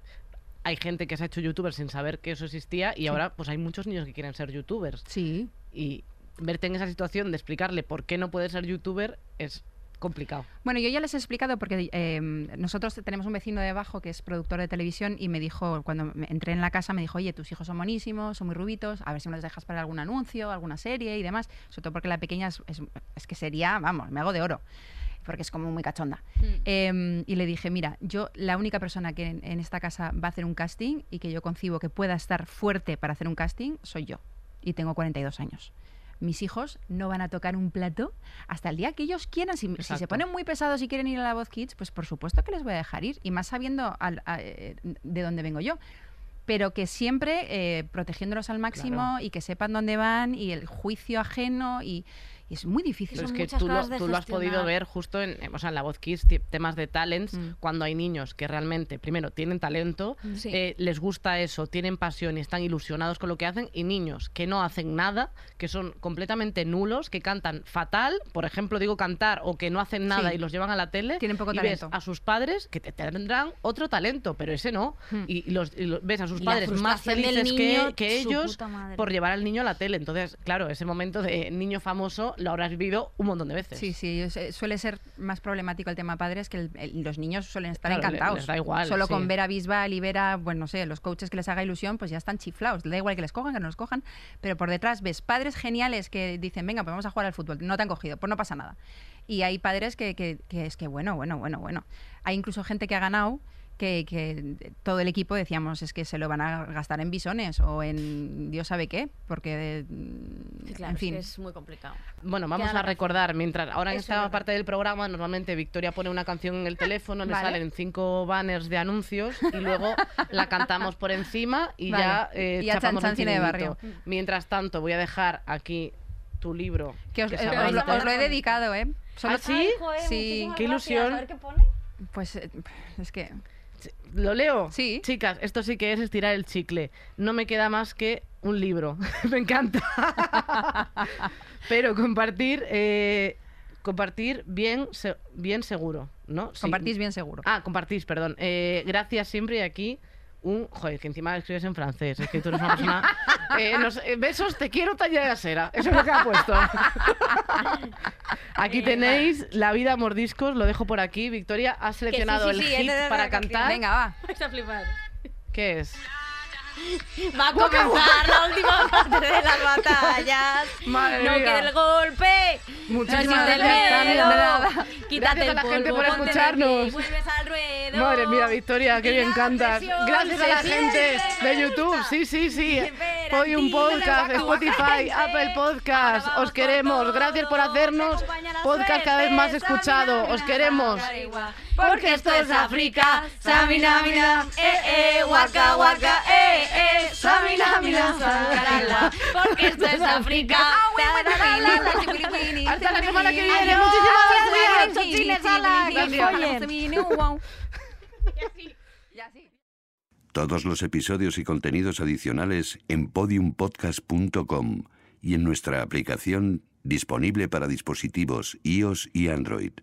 hay gente que se ha hecho youtuber sin saber que eso existía y ahora pues hay muchos niños que quieren ser youtubers
sí,
y verte en esa situación de explicarle por qué no puedes ser youtuber es complicado.
Bueno, yo ya les he explicado porque eh, nosotros tenemos un vecino de abajo que es productor de televisión y me dijo, cuando me- entré en la casa, me dijo, oye, tus hijos son monísimos, son muy rubitos, a ver si me los dejas para algún anuncio, alguna serie y demás. Sobre todo porque la pequeña es, es- es que sería, vamos, me hago de oro, porque es como muy cachonda. Eh, y le dije, mira, yo la única persona que en, en esta casa va a hacer un casting y que yo concibo que pueda estar fuerte para hacer un casting soy yo. Y tengo 42 años. Mis hijos no van a tocar un plato hasta el día que ellos quieran. Si, si se
Exacto.
ponen muy pesados y quieren ir a la voz kids, pues por supuesto que les voy a dejar ir. Y más sabiendo al- a- eh, de dónde vengo yo. Pero que siempre eh, protegiéndolos al máximo
Claro.
y que sepan dónde van y el juicio ajeno. Y, y es muy difícil.
Pero es
son
que
muchas
tú, lo,
cosas de
tú lo has podido
gestionar.
ver justo en, eh, o sea, en la voz Kids, ti- temas de talents,
Mm.
cuando hay niños que realmente, primero, tienen talento,
Mm. Sí.
eh, les gusta eso, tienen pasión y están ilusionados con lo que hacen, y niños que no hacen nada, que son completamente nulos, que cantan fatal, por ejemplo, digo cantar, o que no hacen nada
Sí.
y los llevan a la tele,
Tienen poco
y ves
talento.
a sus padres que te- tendrán otro talento, pero ese no,
Mm.
y, y los, y lo- ves a sus
Hmm. Y la
padres más
frustración del
felices que-
niño,
que
su
ellos
puta madre.
por llevar al niño a la tele. Entonces, claro, ese momento de niño famoso lo habrás vivido un montón de veces.
Sí, sí, es- eh, suele ser más problemático el tema padres que el- el- los niños suelen estar
Claro, le-
encantados.
les da igual,
Solo
sí.
con ver a Bisbal y ver a, bueno, no sé, los coaches que les haga ilusión, pues ya están chiflados. Da igual que les cojan, que no los cojan, pero por detrás ves padres geniales que dicen, venga, pues vamos a jugar al fútbol. No te han cogido, pues no pasa nada. Y hay padres que, que- que es que, bueno, bueno, bueno, bueno. Hay incluso gente que ha ganado. Que, que todo el equipo decíamos es que se lo van a gastar en bisones o en Dios sabe qué, porque mm,
Sí, claro,
en
es que
fin.
es muy complicado.
Bueno, vamos
Queda la
a recordar, mientras ahora en
Eso es
esta
verdad.
parte del programa, normalmente Victoria pone una canción en el teléfono, le
Ah, Vale.
salen cinco banners de anuncios y luego la cantamos por encima y
Vale.
ya eh,
Y ya
chapamos
chan, chan,
el
cine de
chiringuito. Mientras tanto, voy a dejar aquí tu libro.
Que os,
que
eh,
se
os
llama
lo,
Inter-
os lo he dedicado, ¿eh? Solo-
¿Ah, sí?
eh,
Sí,
qué ilusión.
pues eh, es que...
¿Lo leo?
Sí.
Chicas, esto sí que es estirar el chicle. No me queda más que un libro. <laughs> me encanta. Pero compartir... eh, Compartir bien, se- bien seguro, ¿no? Sí.
Compartís bien seguro.
Ah, compartís, perdón. Eh, gracias siempre y aquí un... Joder, que encima escribes en francés. Es que tú eres una persona...
<laughs>
Eh, no sé, besos, te quiero, talla de asera. Eso es lo que ha puesto. aquí tenéis La vida a mordiscos. Lo dejo por aquí. Victoria, has seleccionado
sí,
el
sí, he
hit
de- de-
para
de-
cantar.
Venga, va.
Vais a flipar.
¿Qué es?
Va a comenzar la última parte de las batallas.
Madre
no
mía.
quede el golpe.
Muchísimas
no existe
gracias,
el
Sandra.
miedo. Quítate
Gracias a
el
la
polvo,
gente por
ponte de
escucharnos.
pie y vuelves al ruedo.
Madre mía, Victoria, qué
Y
bien
la
cantas.
presión
Gracias a
se
la gente
siente.
de YouTube. Sí, sí, sí.
Espera,
Podium
dime,
Podcast,
guaca, guaca,
Spotify,
gente.
Apple
Ahora
Podcast.
vamos
Os
con
queremos.
todo.
Gracias por
Te
hacernos
acompaña la
podcast cada vez más
suerte,
escuchado. Os
Sabina,
queremos.
Sabina, Sabina, Porque esto es África. Sabina, Sabina, eh, eh, guau. guaca, guaca, eh, eh, samina, mina, sacarala, porque esto es África.
Hasta la semana que viene.
Adiós,
Muchísimas gracias.
cochines, ala, que os follen.
Todos los episodios y contenidos adicionales en podiumpodcast.com y en nuestra aplicación disponible para dispositivos iOS y Android.